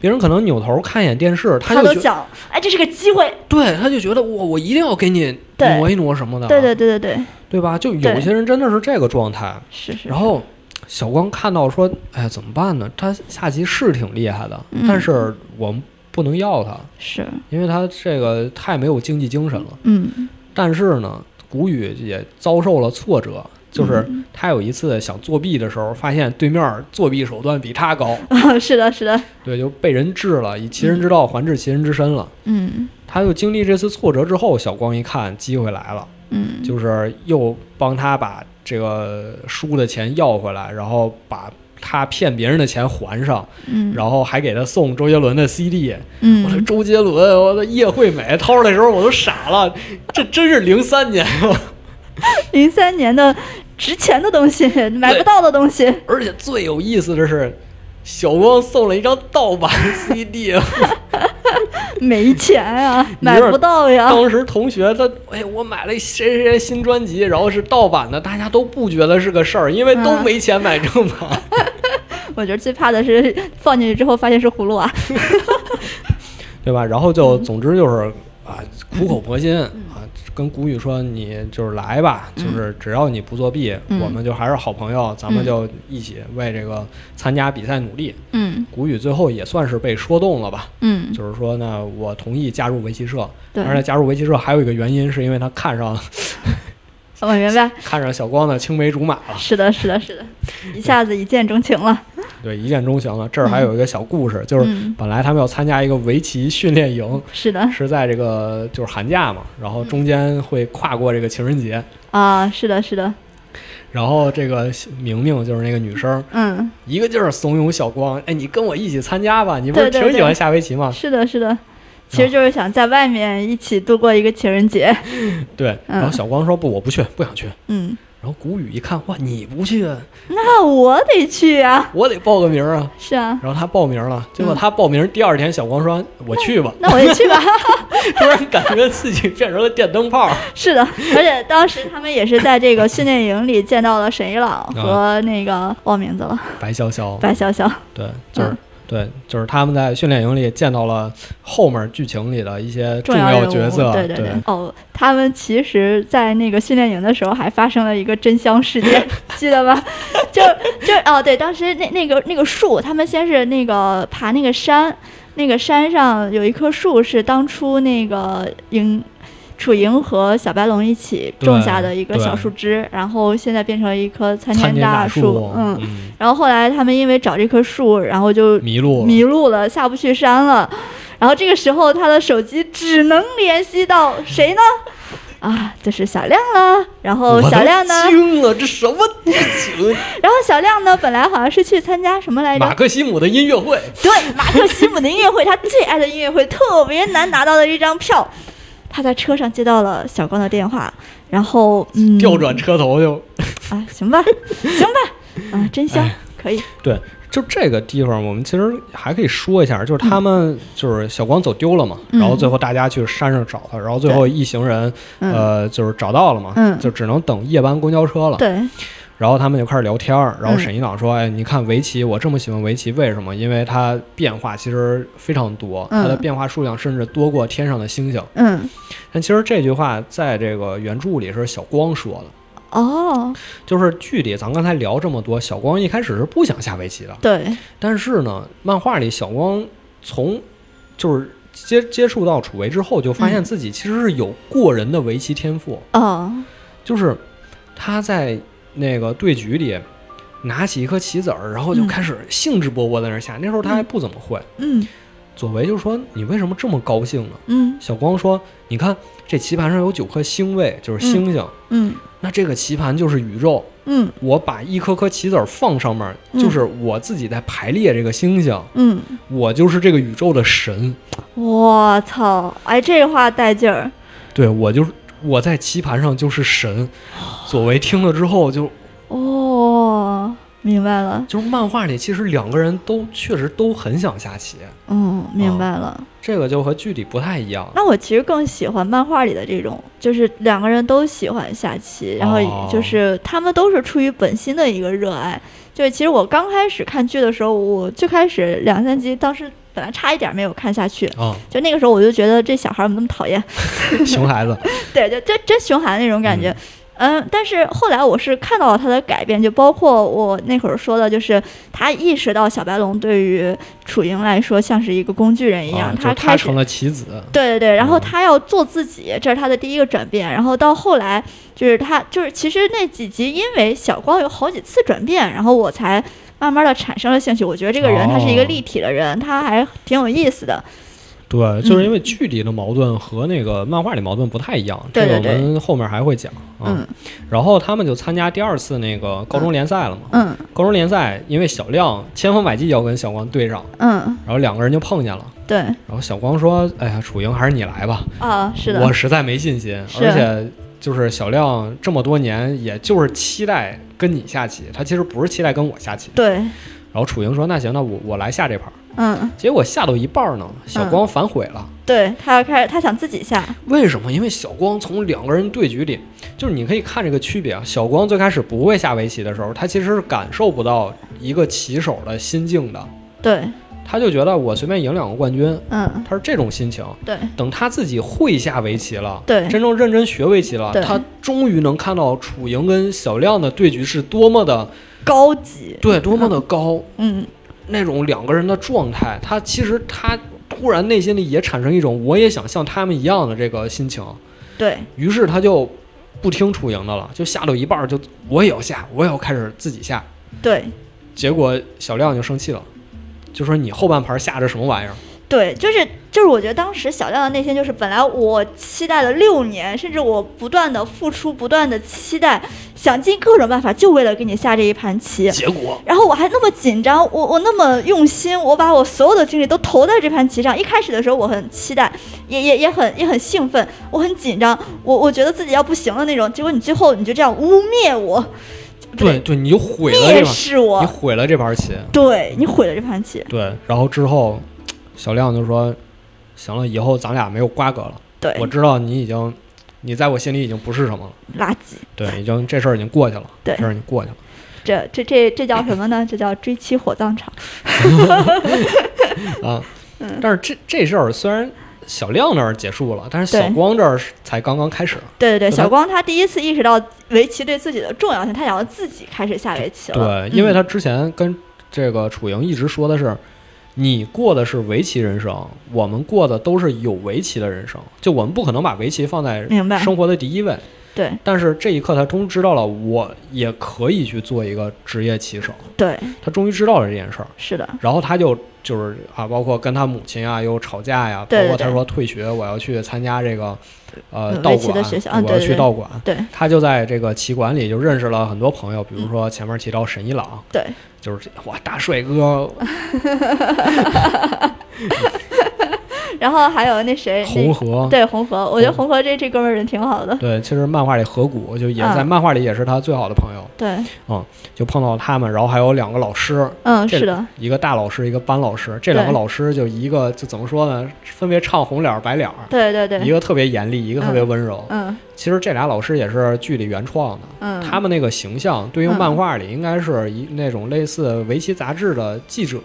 S1: 别人可能扭头看一眼电视，
S2: 他
S1: 就
S2: 都
S1: 觉
S2: 想，哎，这是个机会。
S1: 对，他就觉得我我一定要给你
S2: 对
S1: 挪一挪什么的，
S2: 对对对对对，
S1: 对吧？就有
S2: 对
S1: 些人真的是这个状态。
S2: 是是。
S1: 然后小光看到说，哎呀，怎么办呢？他下棋是挺厉害的，
S2: 嗯
S1: 但是我们不能要他，
S2: 是，
S1: 因为他这个太没有竞技精神了。
S2: 嗯
S1: 但是呢，古语也遭受了挫折，就是
S2: 嗯
S1: 他有一次想作弊的时候，发现对面作弊手段比他高，
S2: 啊，是的，是的，
S1: 对，就被人治了，以其人之道还治其人之身了。
S2: 嗯
S1: 他就经历这次挫折之后，小光一看机会来了，
S2: 嗯，
S1: 就是又帮他把这个输的钱要回来，然后把他骗别人的钱还上，
S2: 嗯
S1: 然后还给他送周杰伦的 CD。我说
S2: 嗯，
S1: 周杰伦，我的叶惠美，掏出来的时候我都傻了，这真是零三 年，
S2: 零三年的值钱的东西，买不到的东西，
S1: 而且最有意思的是，小光送了一张盗版 CD，
S2: 没钱啊，
S1: 你
S2: 买
S1: 这
S2: 不到呀。
S1: 当时同学他，哎，我买了谁谁谁新专辑，然后是盗版的，大家都不觉得是个事儿，因为都
S2: 嗯
S1: 没钱买正版。
S2: 我觉得最怕的是放进去之后发现是葫芦啊娃、
S1: 对吧？然后
S2: 嗯
S1: 就总之就是啊，苦口婆心啊，跟谷雨说你就是来吧，就是只要你不作弊，
S2: 嗯
S1: 我们就还是好朋友，咱们就一起为这个参加比赛努力。
S2: 嗯
S1: 谷雨最后也算是被说动了吧，
S2: 嗯，
S1: 就是说呢，我同意加入围棋社，
S2: 对，
S1: 而且加入围棋社还有一个原因是因为他看上
S2: 嗯我明白。
S1: 看上小光的青梅竹马了，
S2: 是的，是的，是的，一下子一见钟情了。
S1: 对，一见钟情了。这儿还有一个小故事，就是
S2: 嗯，
S1: 本来他们要参加一个围棋训练营，
S2: 是的，
S1: 是在这个就是寒假嘛，然
S2: 嗯
S1: 后中间会跨过这个情人节，
S2: 啊，是的，是的，
S1: 然后这个明明就是那个女生，
S2: 嗯，
S1: 一个劲儿怂恿小光，哎，你跟我一起参加吧，你不是
S2: 对对
S1: 挺喜欢
S2: 对
S1: 下围棋吗？
S2: 是的，是的，其实就是想在外面一起度过一个情人节。
S1: 对，
S2: 嗯
S1: 然后小光说不，我不去，不想去。
S2: 嗯，
S1: 然后谷雨一看，哇，你不去，啊
S2: 那我得去啊。
S1: 我得报个名啊。
S2: 是啊，
S1: 然后他报名了，结果
S2: 嗯
S1: 他报名第二天，小光说我去吧，
S2: 那我也去吧。
S1: 突然感觉自己变成了电灯泡儿。
S2: 是的，而且当时他们也是在这个训练营里见到了沈一朗和那个忘名字了，
S1: 白潇潇，
S2: 白潇潇。
S1: 对，就是。
S2: 嗯
S1: 对，就是他们在训练营里见到了后面剧情里的一些重
S2: 要人
S1: 要
S2: 物
S1: 角色，
S2: 对
S1: 对
S2: 对。哦，他们其实，在那个训练营的时候还发生了一个真香 事件，记得吗？就就哦，对，当时那那个那个树，他们先是那个爬那个山，那个山上有一棵树是当初那个营。楚莹和小白龙一起种下的一个
S1: 对
S2: 小树枝，然后现在变成了一棵参
S1: 参
S2: 天
S1: 天
S2: 大
S1: 树，
S2: 嗯，然后后来他们因为找这棵树，然后就
S1: 嗯，迷路了，
S2: 迷路了，下不去山了。然后这个时候，他的手机只能联系到谁呢？啊，就是小亮了。然后
S1: 我都
S2: 呃小亮呢？
S1: 惊了，这什么剧情？
S2: 然后小亮呢？本来好像是去参加什么来
S1: 马
S2: 着？
S1: 克西姆的音乐会，
S2: 对，马克西姆的音乐会，他最爱的音乐会，特别难拿到的一张票。他在车上接到了小光的电话，然后嗯，
S1: 调转车头就、
S2: 啊，行 吧，行吧，啊，真
S1: 哎
S2: 香，可以，
S1: 对。就这个地方，我们其实还可以说一下，就是他们就是小光走丢了嘛，
S2: 嗯
S1: 然后最后大家去山上找他，然后最后一行人
S2: 嗯，
S1: 呃就是找到了嘛，
S2: 嗯
S1: 就只能等夜班公交车了。
S2: 对，
S1: 然后他们就开始聊天儿，然后
S2: 嗯
S1: 沈一朗说：“哎，你看围棋，我这么喜欢围棋，为什么？因为它变化其实非常多，它的
S2: 嗯
S1: 变化数量甚至多过天上的星星。
S2: 嗯，”
S1: 但其实这句话在这个原著里是小光说的。
S2: 哦，
S1: 就是剧里咱刚才聊这么多，小光一开始是不想下围棋的，
S2: 对，
S1: 但是呢，漫画里小光从就是接接触到楚维之后，就发
S2: 嗯
S1: 现自己其实是有过人的围棋天赋，
S2: 哦，
S1: 就是他在那个对局里。拿起一颗棋子儿，然后就
S2: 嗯
S1: 开始兴致勃勃在那儿下。那时候他还不怎么会。
S2: 嗯
S1: 左为就说：“你为什么这么高兴呢
S2: 嗯？”
S1: 小光说：“你看这棋盘上有九颗星位，就是星星。
S2: 嗯。
S1: 那这个棋盘就是宇宙，
S2: 嗯
S1: 我把一颗颗棋子儿放上面，
S2: 嗯
S1: 就是我自己在排列这个星星，
S2: 嗯，
S1: 我就是这个宇宙的神。
S2: 我操，哎，这话带劲儿，
S1: 对我就是我在棋盘上就是神。左为听了之后就
S2: 哦，明白了，
S1: 就是漫画里其实两个人都确实都很想下棋，
S2: 嗯，明白了。
S1: 这个就和剧里不太一样。
S2: 那我其实更喜欢漫画里的这种，就是两个人都喜欢下棋，然后
S1: 哦
S2: 就是他们都是出于本心的一个热爱。就是其实我刚开始看剧的时候，我最开始两三集，当时本来差一点没有看下去，
S1: 啊、
S2: 就那个时候我就觉得这小孩儿怎么那么讨厌，
S1: 熊孩子，
S2: 对，就真真熊孩子那种感觉。嗯但是后来我是看到了他的改变，就包括我那会儿说的，就是他意识到小白龙对于楚莹来说像是一个工具人一样，
S1: 啊、就是
S2: 开
S1: 他
S2: 始
S1: 成了棋子，
S2: 对对对，然后
S1: 嗯
S2: 他要做自己，这是他的第一个转变。然后到后来就是他就是其实那几集，因为小光有好几次转变，然后我才慢慢的产生了兴趣。我觉得这个人他是一个
S1: 哦
S2: 立体的人，他还挺有意思的。
S1: 对，就是因为剧里的矛盾和那个漫画里矛盾不太一样，
S2: 对对
S1: 这个我们后面还会讲。啊
S2: 嗯
S1: 然后他们就参加第二次那个高中联赛了嘛。
S2: 嗯
S1: 高中联赛，因为小亮千方百计要跟小光对上，
S2: 嗯，
S1: 然后两个人就碰见了。
S2: 对
S1: 然后小光说：“哎呀，楚莹，还是你来吧，
S2: 啊，是的
S1: 我，实在没信心。
S2: 是
S1: 而且就是小亮这么多年，也就是期待跟你下棋，他其实不是期待跟我下棋。
S2: 对，
S1: 然后楚莹说：‘那行，那我我来下这盘。’
S2: 嗯
S1: 结果下到一半呢，小光反悔了。
S2: 对，他要开始他想自己下，
S1: 为什么？因为小光从两个人对局里，就是你可以看这个区别啊。小光最开始不会下围棋的时候，他其实是感受不到一个棋手的心境的，
S2: 对，
S1: 他就觉得我随便赢两个冠军，
S2: 嗯
S1: 他是这种心情。
S2: 对
S1: 等他自己会下围棋了，
S2: 对
S1: 真正认真学围棋了
S2: 对，
S1: 他终于能看到楚莹跟小亮的对局是多么的
S2: 高级，
S1: 对，多么的高，
S2: 嗯
S1: 那种两个人的状态，他其实他突然内心里也产生一种我也想像他们一样的这个心情。
S2: 对
S1: 于是他就不听楚莹的了，就下到一半儿就我也要下，我也要开始自己下。
S2: 对。
S1: 结果小亮就生气了，就说你后半盘下这什么玩意儿？
S2: 对，就是就是，我觉得当时小亮的内心就是，本来我期待了六年，甚至我不断的付出，不断的期待，想尽各种办法，就为了给你下这一盘棋。
S1: 结果
S2: 然后我还那么紧张，我我那么用心，我把我所有的精力都投在这盘棋上。一开始的时候我很期待，也也也很也很兴奋，我很紧张，我我觉得自己要不行了那种。结果你最后你就这样污蔑我，不
S1: 对对，你就毁了这
S2: 蔑
S1: 盘，
S2: 视
S1: 你
S2: 我，
S1: 毁了这盘棋。
S2: 对你毁了这盘棋。
S1: 对，然后之后小亮就说，行了，以后咱俩没有瓜葛了。
S2: 对，
S1: 我知道你已经，你在我心里已经不是什么了。
S2: 垃圾，
S1: 对，已经这事儿已经过去了，
S2: 对
S1: 这事儿已经过去了。
S2: 这这这这叫什么呢？这叫追妻火葬场。嗯
S1: 啊。但是这这事儿虽然小亮那儿结束了，但是小
S2: 对
S1: 光这儿是才刚刚开始。
S2: 对对对，
S1: 就
S2: 小
S1: 他
S2: 光他第一次意识到围棋对自己的重要性，他想要自己开始下围棋了。
S1: 对，因为
S2: 嗯
S1: 他之前跟这个楚莹一直说的是。你过的是围棋人生，我们过的都是有围棋的人生。就我们不可能把围棋放在
S2: 明白
S1: 生活的第一位，
S2: 对
S1: 但是这一刻他终于知道了，我也可以去做一个职业棋手。
S2: 对
S1: 他终于知道了这件事儿，
S2: 是的，
S1: 然后他就就是啊，包括跟他母亲啊又吵架呀、
S2: 对对
S1: 包括他
S2: 对
S1: 说退学，我要去参加这个呃
S2: 嗯
S1: 道
S2: 围棋
S1: 馆，
S2: 的学校啊
S1: 我
S2: 对
S1: 要
S2: 对
S1: 去
S2: 对
S1: 道馆。
S2: 对
S1: 他就在这个棋馆里就认识了很多朋友，比如
S2: 嗯
S1: 说前面提到沈一朗，
S2: 对
S1: 就是哇大帅哥，
S2: 然后还有那谁，
S1: 红
S2: 那
S1: 河。
S2: 对红河，我觉得
S1: 红
S2: 红河这这哥们儿人挺好的。
S1: 对，其实漫画里河谷就也在
S2: 嗯
S1: 漫画里也是他最好的朋友，
S2: 对，
S1: 就碰到他们，然后还有两个老师，
S2: 嗯，
S1: 这
S2: 是的，
S1: 一个大老师，一个班老师，这两个
S2: 对
S1: 老师就一个就怎么说呢，分别唱红脸儿白脸儿，
S2: 对对
S1: 一
S2: 对，
S1: 个特别严厉，一个特别温柔。
S2: 嗯
S1: 其实这俩老师也是剧里原创的，
S2: 嗯，
S1: 他们那个形象对应
S2: 嗯
S1: 漫画里应该是一那种类似围棋杂志的记者，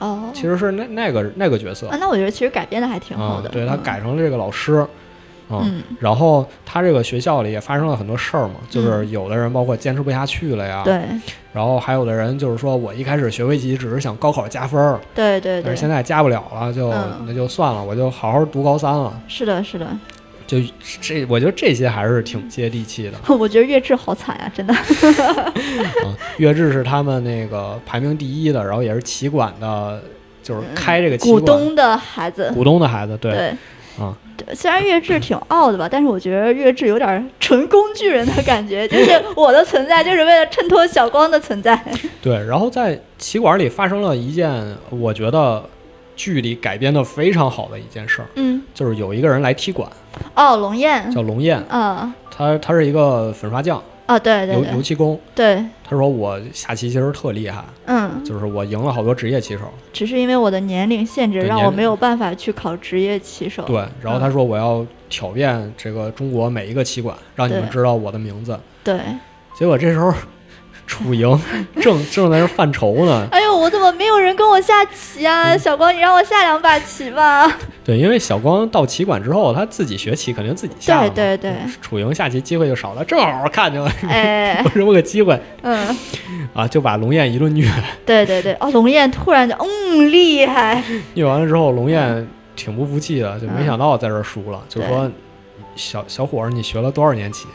S2: 哦，
S1: 其实是那那个那个角色
S2: 啊，那我觉得其实改编的还挺好
S1: 啊、
S2: 的。
S1: 对他
S2: 嗯，
S1: 改成了这个老师。嗯，
S2: 嗯，
S1: 然后他这个学校里也发生了很多事儿嘛，就是有的人包括坚持不下去了呀，
S2: 嗯对
S1: 然后还有的人就是说我一开始学围棋只是想高考加分儿，
S2: 对对
S1: 但是现
S2: 对，
S1: 在加不了了，就、
S2: 嗯
S1: 那就算了，我就好好读高三了。
S2: 是的，是的，
S1: 就这，我觉得这些还是挺接地气的。
S2: 我觉得岳志好惨呀，真的。
S1: 啊，乐志是他们那个排名第一的，然后也是棋馆的，就是开这个棋
S2: 嗯股
S1: 馆
S2: 东的孩子，
S1: 股东的孩子，对。
S2: 对，
S1: 啊，
S2: 虽然月志挺傲的吧，但是我觉得月志有点纯工具人的感觉，就是我的存在就是为了衬托小光的存在。
S1: 对，然后在棋馆里发生了一件我觉得剧里改编的非常好的一件事儿，
S2: 嗯，
S1: 就是有一个人来踢馆，
S2: 哦，龙焰，
S1: 叫龙焰，
S2: 啊
S1: 他他是一个粉刷匠，
S2: 啊，对对
S1: 油油
S2: 对
S1: 漆工，
S2: 对，
S1: 他说我下棋其实特厉害，
S2: 嗯，
S1: 就是我赢了好多职业棋手，
S2: 只是因为我的年龄限制，
S1: 对
S2: 让
S1: 年
S2: 我
S1: 龄
S2: 没有办法去考职业棋手。
S1: 对，然
S2: 嗯
S1: 后他说我要挑遍这个中国每一个棋馆，让你们
S2: 对
S1: 知道我的名字，
S2: 对，
S1: 结果这时候。楚莹 正正在那儿犯愁呢，
S2: 哎呦，我怎么没有人跟我下
S1: 嗯
S2: 棋啊？小光，你让我下两把棋吧。
S1: 对，因为小光到棋馆之后，他自己学棋，肯定自己 下了嘛。
S2: 对对对
S1: 嗯楚莹下棋机会就少了，正好看见了
S2: 哎
S1: 有，这么个机会
S2: 嗯，
S1: 啊，就把龙焰一顿虐。
S2: 对对对，哦，龙焰突然就，嗯，厉害，
S1: 虐完了之后，龙焰挺不服气的，就没
S2: 嗯
S1: 想到在这儿输了，就说：“小小伙儿，你学了多少年棋？”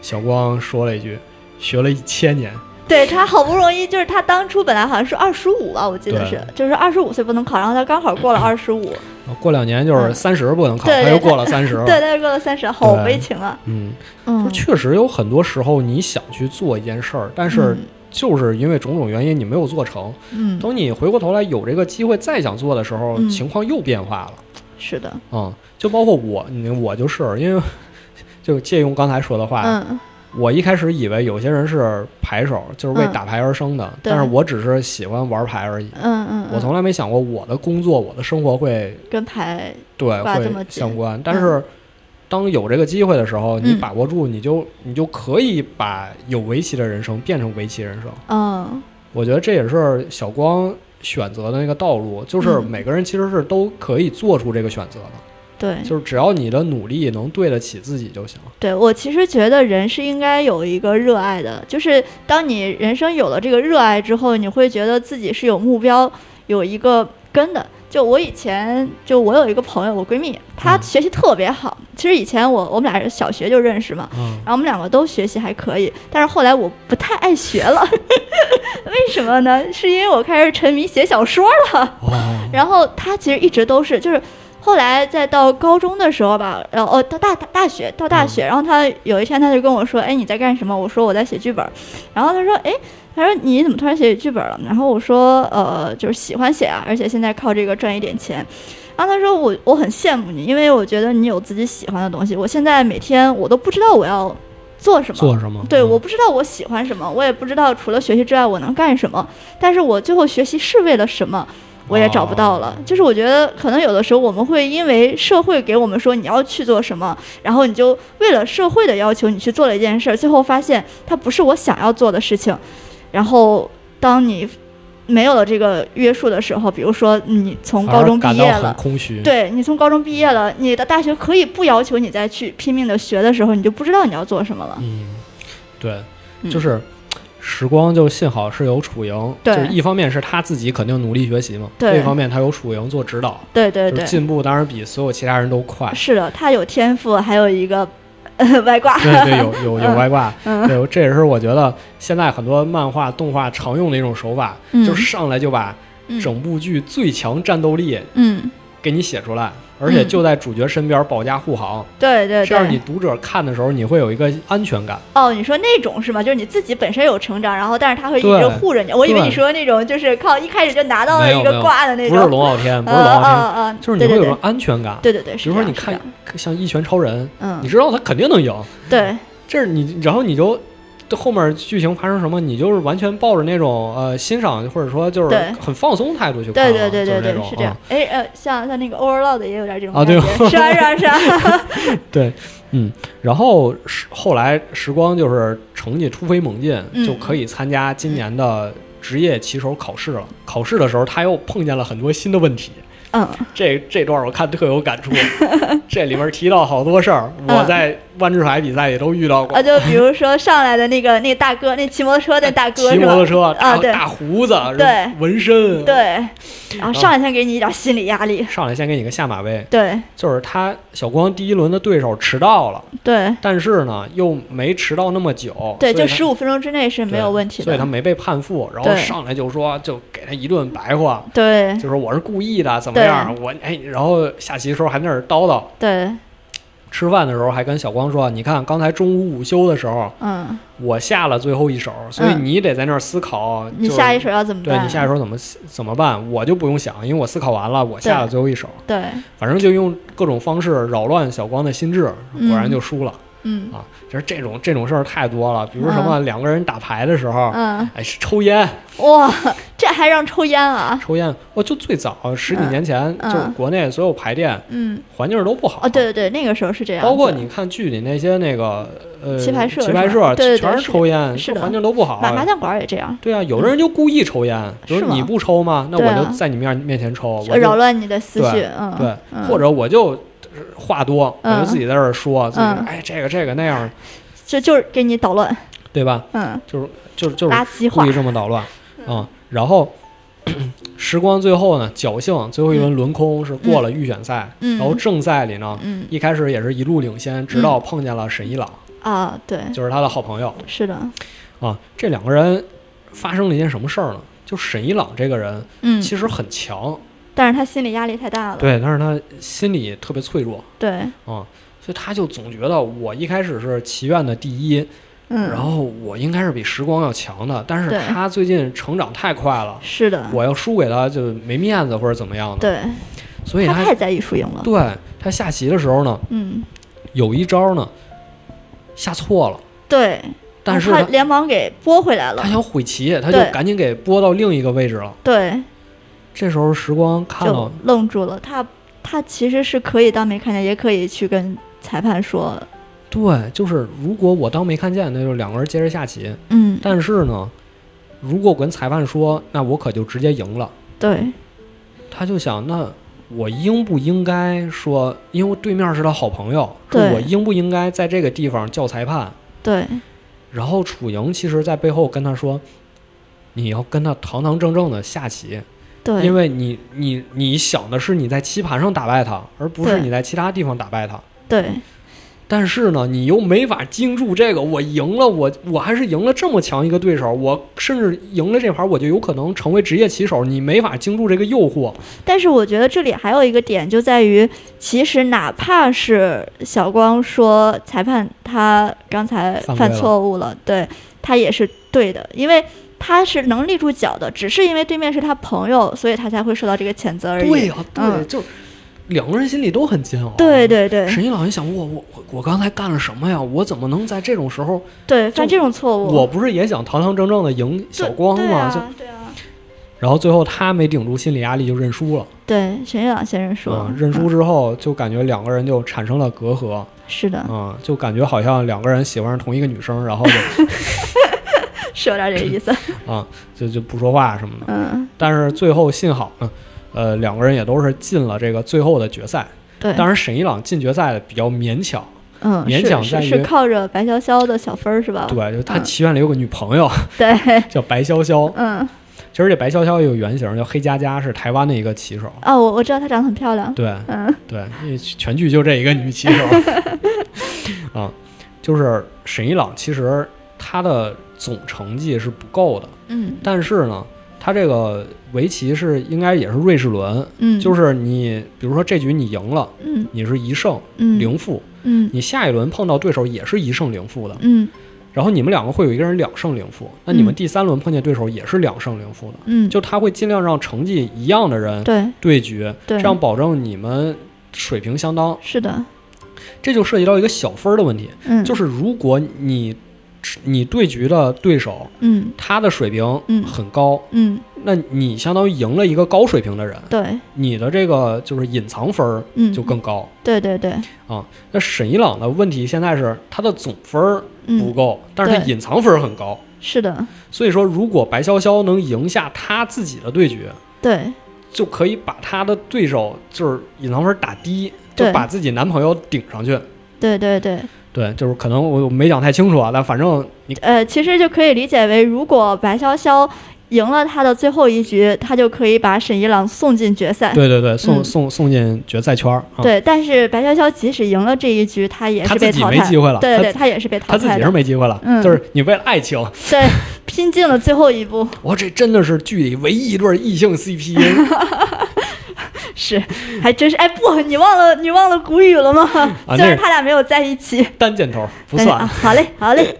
S1: 小光说了一句：“学了一千年。
S2: 对他好不容易，就是他当初本来好像是二十五吧，我记得是，就是二十五岁不能考，然后他刚好过了二十五，”
S1: 啊过两年就是
S2: 嗯
S1: 三十不能考，
S2: 对
S1: 他
S2: 对
S1: 又过了三 十了。
S2: 对，但是过了三十，好悲情啊，
S1: 嗯，就
S2: 嗯，
S1: 确实有很多时候你想去做一件事儿，但是就是因为种种原因你没有做成。
S2: 嗯，嗯，
S1: 等你回过头来有这个机会再想做的时候，
S2: 嗯
S1: 情况又变化了
S2: 是的，
S1: 啊、嗯就包括我，你我就是因为就借用刚才说的话，
S2: 嗯，
S1: 我一开始以为有些人是牌手，就是为
S2: 嗯
S1: 打牌而生的，
S2: 对
S1: 但是我只是喜欢玩牌而已。
S2: 嗯嗯，
S1: 我从来没想过我的工作、我的生活会
S2: 跟牌，
S1: 对
S2: 挂这么
S1: 会
S2: 紧
S1: 相关，但是。当有这个机会的时候，你
S2: 嗯
S1: 把握住，你就你就可以把有围棋的人生变成围棋人生。
S2: 嗯，
S1: 我觉得这也是小光选择的那个道路，就是
S2: 嗯
S1: 每个人其实是都可以做出这个选择的，
S2: 对，
S1: 就是只要你的努力能对得起自己就行。
S2: 对我其实觉得人是应该有一个热爱的，就是当你人生有了这个热爱之后，你会觉得自己是有目标、有一个根的。就我以前就我有一个朋友，我闺蜜，她
S1: 嗯
S2: 学习特别好。其实以前我我们俩是小学就认识嘛，
S1: 嗯，
S2: 然后我们两个都学习还可以，但是后来我不太爱学了， 为什么呢？是因为我开始沉迷写小说了。
S1: 哦，
S2: 然后他其实一直都是，就是后来再到高中的时候吧，然后哦到大大大学到大学，然后他有一天他就跟我说，哎你在干什么？我说我在写剧本儿，然后他说，哎。他说：“你怎么突然写剧本了？”然后我说：“呃，就是喜欢写啊，而且现在靠这个赚一点钱。”然后他说我：“我很羡慕你，因为我觉得你有自己喜欢的东西。我现在每天我都不知道我要做什么，
S1: 做什么？
S2: 对，
S1: 嗯
S2: 我不知道我喜欢什么，我也不知道除了学习之外我能干什么。但是我最后学习是为了什么，我也找不到
S1: 哦
S2: 了。就是我觉得可能有的时候我们会因为社会给我们说你要去做什么，然后你就为了社会的要求你去做了一件事儿，最后发现它不是我想要做的事情。然后当你没有了这个约束的时候，比如说你从
S1: 反而
S2: 高中毕
S1: 感
S2: 业
S1: 到很
S2: 了。
S1: 空虚。，
S2: 对你从高中毕业了，你的大学可以不要求你再去拼命的学的时候，你就不知道你要做什么了。
S1: 嗯，对，
S2: 嗯
S1: 就是。时光就幸好是有楚莹，就
S2: 对
S1: 是一方面是他自己肯定努力学习嘛，
S2: 对
S1: 另一方面他有楚莹做指导，
S2: 对对
S1: 就是
S2: 对，
S1: 进步当然比所有其他人都快。
S2: 是的，他有天赋，还有一个 呃外挂。
S1: 对对，有有 有
S2: 嗯
S1: 外挂，
S2: 嗯
S1: 对，这也是我觉得现在很多漫画、动画常用的一种手法，
S2: 嗯
S1: 就是上来就把
S2: 嗯
S1: 整部剧最强战斗力
S2: 嗯，
S1: 给你写出来，而且就在主角身边保驾护航，
S2: 对对
S1: 这样啊你
S2: 对。
S1: 读者看的时候你会有一个安全感。
S2: 哦，你说那种是吗？就是你自己本身有成长，然后但是他会一直
S1: 对
S2: 护着你。我以为
S1: 对
S2: 你说那种就是靠一开始就拿到了
S1: 没有
S2: 一
S1: 没
S2: 个
S1: 有
S2: 挂的那
S1: 不
S2: 种。
S1: 是龙傲天，不是龙傲
S2: 啊
S1: 天，
S2: 啊啊！
S1: 就是你
S2: 对
S1: 会
S2: 对
S1: 有一
S2: 对
S1: 种安全感。
S2: 对对对，
S1: 比
S2: 是
S1: 如说
S2: 这样
S1: 你
S2: 是
S1: 看
S2: 这样
S1: 像一拳超人，你
S2: 嗯，
S1: 知道他肯定能赢，
S2: 对
S1: 这是你然后你就。这后面剧情发生什么，你就是完全抱着那种呃欣赏或者说就是
S2: 对
S1: 很放松态度去看啊，
S2: 对对对对
S1: 就是那
S2: 对，
S1: 种嗯
S2: 是这样。哎呃，像像那个 Overlord 也有点这种
S1: 啊
S2: 感
S1: 对
S2: 觉，是啊是啊是 啊。
S1: 对，嗯，然后时后来时光就是成绩突飞猛进，
S2: 嗯
S1: 就可以参加今年的职业棋手考试了。考试的时候，他又碰见了很多新的 问题。
S2: 嗯
S1: 这这段我看特有感触，这里面提到好多事儿，我
S2: 嗯
S1: 在万智牌比赛也都遇到过
S2: 啊，。就比如说上来的那个那个大哥，那骑摩托车那大哥
S1: 骑
S2: 是吧
S1: 摩托车
S2: 啊，
S1: 大
S2: 对
S1: 大胡子，
S2: 对
S1: 纹身，
S2: 对，，然后上
S1: 啊
S2: 来先给你一点心理压力，
S1: 上来先给你个下马威。
S2: 对
S1: 就是他小光第一轮的对手迟到了，
S2: 对
S1: 但是呢又没迟到那么久，
S2: 对，
S1: 所以
S2: 就
S1: 他
S2: 十五分钟之内是没有
S1: 对
S2: 问题
S1: 所以他
S2: 的，
S1: 没被判负，然后
S2: 对
S1: 上来就说就给他一顿白话，
S2: 对
S1: 就说我是故意的，怎么样？我哎，然后下棋的时候还在那儿叨叨，
S2: 对，
S1: 吃饭的时候还跟小光说，你看刚才中午午休的时候
S2: 嗯，
S1: 我下了最后一手，所以
S2: 嗯
S1: 你得在那儿思考，
S2: 你
S1: 就是
S2: 下一手要怎么
S1: 对
S2: 办？
S1: 你下一手怎么怎么办？我就不用想，因为我思考完了，我下了最后一手，
S2: 对，
S1: 反正就用各种方式扰乱小光的心智，
S2: 嗯
S1: 果然就输了、
S2: 嗯
S1: 啊！就是这种这种事儿太多了，比如什么两个人打牌的时候，
S2: 嗯，
S1: 哎，是抽烟。
S2: 哇，这还让抽烟啊？
S1: 抽烟，我就最早十几
S2: 嗯
S1: 年前，
S2: 嗯
S1: 就是国内所有排店
S2: 嗯，
S1: 环境都不好。
S2: 哦，对，对对，那个时候是这样子，
S1: 包括你看剧里那些那个呃
S2: 棋牌社
S1: 棋牌
S2: 是吧
S1: 社
S2: 对对对
S1: 全
S2: 是
S1: 抽烟，
S2: 是的
S1: 环境都不好。
S2: 麻麻将馆也这样，
S1: 对啊，有的人就故意抽烟，比
S2: 是
S1: 如
S2: 吗
S1: 你不抽吗？那
S2: 对
S1: 我
S2: 啊
S1: 就在你面面前抽，啊我
S2: 扰
S1: 就
S2: 乱你的思绪
S1: 对，
S2: 嗯，
S1: 对，
S2: 嗯
S1: 或者我就话多，我
S2: 嗯
S1: 就自己在这儿说，自己
S2: 嗯
S1: 哎这个这个那样，
S2: 就就是给你捣乱，
S1: 对吧？
S2: 嗯，
S1: 就是就是就是
S2: 垃圾话嗯
S1: 故意，这么捣乱啊。然后 时光最后呢，侥幸最后一轮轮空是过了预选赛，
S2: 嗯
S1: 然后正赛里呢，
S2: 嗯
S1: 一开始也是一路领先，直到碰见了沈一朗，
S2: 啊，对，
S1: 就是他的好朋友
S2: 是的，
S1: 啊。这两个人发生了一件什么事儿呢？就沈一朗这个人
S2: 嗯，
S1: 其实很强，
S2: 但是他心理压力太大了，
S1: 对，但是他心里特别脆弱
S2: 对，
S1: 啊。所以他就总觉得我一开始是祈愿的第一，
S2: 嗯，
S1: 然后我应该是比时光要强的，但是
S2: 对嗯
S1: 他最近成长太快了，
S2: 是的，
S1: 我要输给他就没面子或者怎么样的，
S2: 对
S1: 所以
S2: 他
S1: 他
S2: 太在意输赢了，
S1: 对他下棋的时候呢，
S2: 嗯，
S1: 有一招呢下错了，
S2: 对，
S1: 但是
S2: 他
S1: 他
S2: 连忙给拨回哦来了
S1: 他，想毁棋，他就
S2: 对
S1: 赶紧给拨到另一个位置了。
S2: 对，
S1: 这时候时光看
S2: 就
S1: 到，
S2: 愣住了，他他其实是可以当没看见，也可以去跟裁判说，
S1: 对，就是如果我当没看见，那就两个人接着下棋。
S2: 嗯，
S1: 但是呢，如果我跟裁判说，那我可就直接赢了。
S2: 对，
S1: 他就想，那我应不应该说，因为对面是他好朋友，说
S2: 对
S1: 我应不应该在这个地方叫裁判？
S2: 对，
S1: 然后楚莹其实在背后跟他说：“你要跟他堂堂正正的下棋，
S2: 对，
S1: 因为你你你想的是你在棋盘上打败他，而不是
S2: 对
S1: 你在其他地方打败他。
S2: 对，
S1: 但是呢，你又没法经住这个，我赢了，我我还是赢了这么强一个对手，我甚至赢了这盘，我就有可能成为职业棋手。你没法经住这个诱惑，
S2: 但是我觉得这里还有一个点，就在于其实哪怕是小光说裁判他刚才
S1: 犯规
S2: 犯
S1: 了
S2: 错误了，对他也是对的，因为他是能立住脚的，只是因为对面是他朋友，所以他才会受到这个谴责而已。
S1: 对呀、对，
S2: 嗯
S1: 就两个人心里都很煎熬。啊
S2: 对对对
S1: 沈一老一想，我我我我刚才干了什么呀？我怎么能在这种时候
S2: 对，犯
S1: 就
S2: 这种错误，
S1: 我不是也想堂堂正正的赢
S2: 对
S1: 小光
S2: 对
S1: 吗？就
S2: 啊，对啊，
S1: 然后最后他没顶住心理压力就认输了，
S2: 对，沈月朗先生说
S1: 啊，，认输
S2: 嗯
S1: 之后就感觉两个人就产生了隔阂，
S2: 是的，
S1: 啊，就感觉好像两个人喜欢上同一个女生，然后 就是
S2: 有点这个意思，
S1: 啊就就不说话什么的。
S2: 嗯，
S1: 但是最后幸好呢，呃，两个人也都是进了这个最后的决赛。
S2: 对，
S1: 当然，沈一朗进决赛比较勉强，
S2: 嗯，
S1: 勉
S2: 是
S1: 强
S2: 是
S1: 在
S2: 是
S1: 于
S2: 靠着白潇潇的小分儿是吧？
S1: 对，就他
S2: 嗯
S1: 棋院里有个女朋友
S2: 对，
S1: 叫白潇潇，
S2: 嗯，
S1: 其实这白潇潇有原型叫黑佳佳，是台湾的一个棋手。
S2: 哦，我我知道她长得很漂亮，
S1: 对，
S2: 嗯。
S1: 对，因为全剧就这一个女棋 手啊，就是沈一朗，其实他的总成绩是不够的，
S2: 嗯
S1: 但是呢，他这个围棋是应该也是瑞士轮，
S2: 嗯，
S1: 就是是你比如说这局你赢了，
S2: 嗯
S1: 你是一胜
S2: 嗯
S1: 零负，
S2: 嗯
S1: 你下一轮碰到对手也是一胜零负的，
S2: 嗯
S1: 然后你们两个会有一个人两胜零负，那你们
S2: 嗯
S1: 第三轮碰见对手也是两胜零负的，
S2: 嗯，
S1: 就他会尽量让成绩一样的人
S2: 对
S1: 对局，
S2: 对，
S1: 这样保证你们水平相当。
S2: 是的，
S1: 这就涉及到一个小分儿的问题，
S2: 嗯，
S1: 就是如果你你对局的对手
S2: 嗯
S1: 他的水平
S2: 嗯
S1: 很高，
S2: 嗯
S1: 那你相当于赢了一个高水平的人，
S2: 对
S1: 你的这个就是隐藏分儿
S2: 嗯
S1: 就更高。
S2: 对对对，
S1: 那沈一朗的问题现在是他的总分儿不
S2: 嗯
S1: 够，但是他
S2: 对
S1: 隐藏分儿很高，
S2: 是的，
S1: 所以说如果白潇潇能赢下他自己的对局，
S2: 对
S1: 就可以把他的对手就是隐藏分儿打低，就
S2: 对
S1: 把自己男朋友顶上去。
S2: 对对对，
S1: 对，就是可能我我没讲太清楚啊，但反正你
S2: 呃，其实就可以理解为，如果白潇潇赢了他的最后一局，他就可以把沈一郎送进决赛。
S1: 对对对，送、
S2: 嗯
S1: 送送进决赛圈儿啊。
S2: 对但是白潇潇即使赢了这一局，他也
S1: 他
S2: 是
S1: 自
S2: 被
S1: 己
S2: 淘
S1: 没
S2: 汰。
S1: 机会了，
S2: 对
S1: 他
S2: 对，他也是被淘
S1: 他自
S2: 汰
S1: 己是
S2: 的。
S1: 没机会了。
S2: 嗯
S1: 就是你为了爱情，
S2: 对，拼尽了最后一步。
S1: 哇，这真的是剧里唯一一对异性 CP，
S2: 是，还真是。哎，不，你忘了你忘了古语了吗？
S1: 啊
S2: 虽
S1: 那
S2: 然
S1: 是
S2: 他俩没有在一起，
S1: 单箭头不
S2: 但是啊，
S1: 算。
S2: 好嘞，好嘞。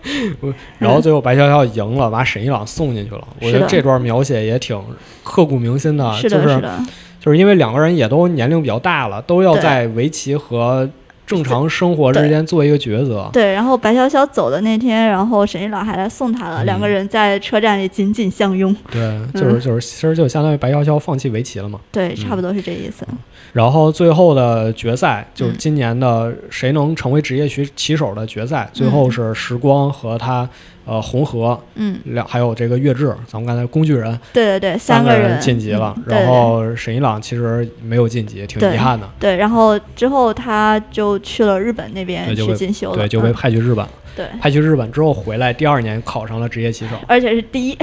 S1: 然后最后白潇潇赢了，把沈一朗送进去了。我觉
S2: 是
S1: 得
S2: 的
S1: 这段描写也挺刻骨铭心的，
S2: 是
S1: 啊就
S2: 的，
S1: 是
S2: 的，
S1: 就是因为两个人也都年龄比较大了，都要
S2: 对
S1: 在围棋和正常生活之间做一个抉择。
S2: 对。然后白潇潇走的那天，然后沈一郎还来送她了，两个
S1: 嗯
S2: 人在车站里紧紧相拥。
S1: 对，就是就是，其实就相当于白潇潇放弃围棋了嘛。
S2: 对，
S1: 嗯
S2: 差不多是这意思。
S1: 然后最后的决赛就是
S2: 嗯
S1: 今年的谁能成为职业棋棋手的决赛，最后是时光和他呃红河
S2: 嗯，
S1: 两还有这个岳志，咱们刚才工具人
S2: 对对对，
S1: 三
S2: 个
S1: 人
S2: 人
S1: 晋级了
S2: 嗯，对
S1: 然后沈一朗其实没有晋级，挺
S2: 对
S1: 遗憾的，
S2: 对，然后之后他就去了日本那边
S1: 对就
S2: 去
S1: 被
S2: 嗯进修了，
S1: 对，就被
S2: 嗯
S1: 派去日本，
S2: 对，
S1: 派去日本之后回来，第二年考上了职业棋手。
S2: 而且是第一，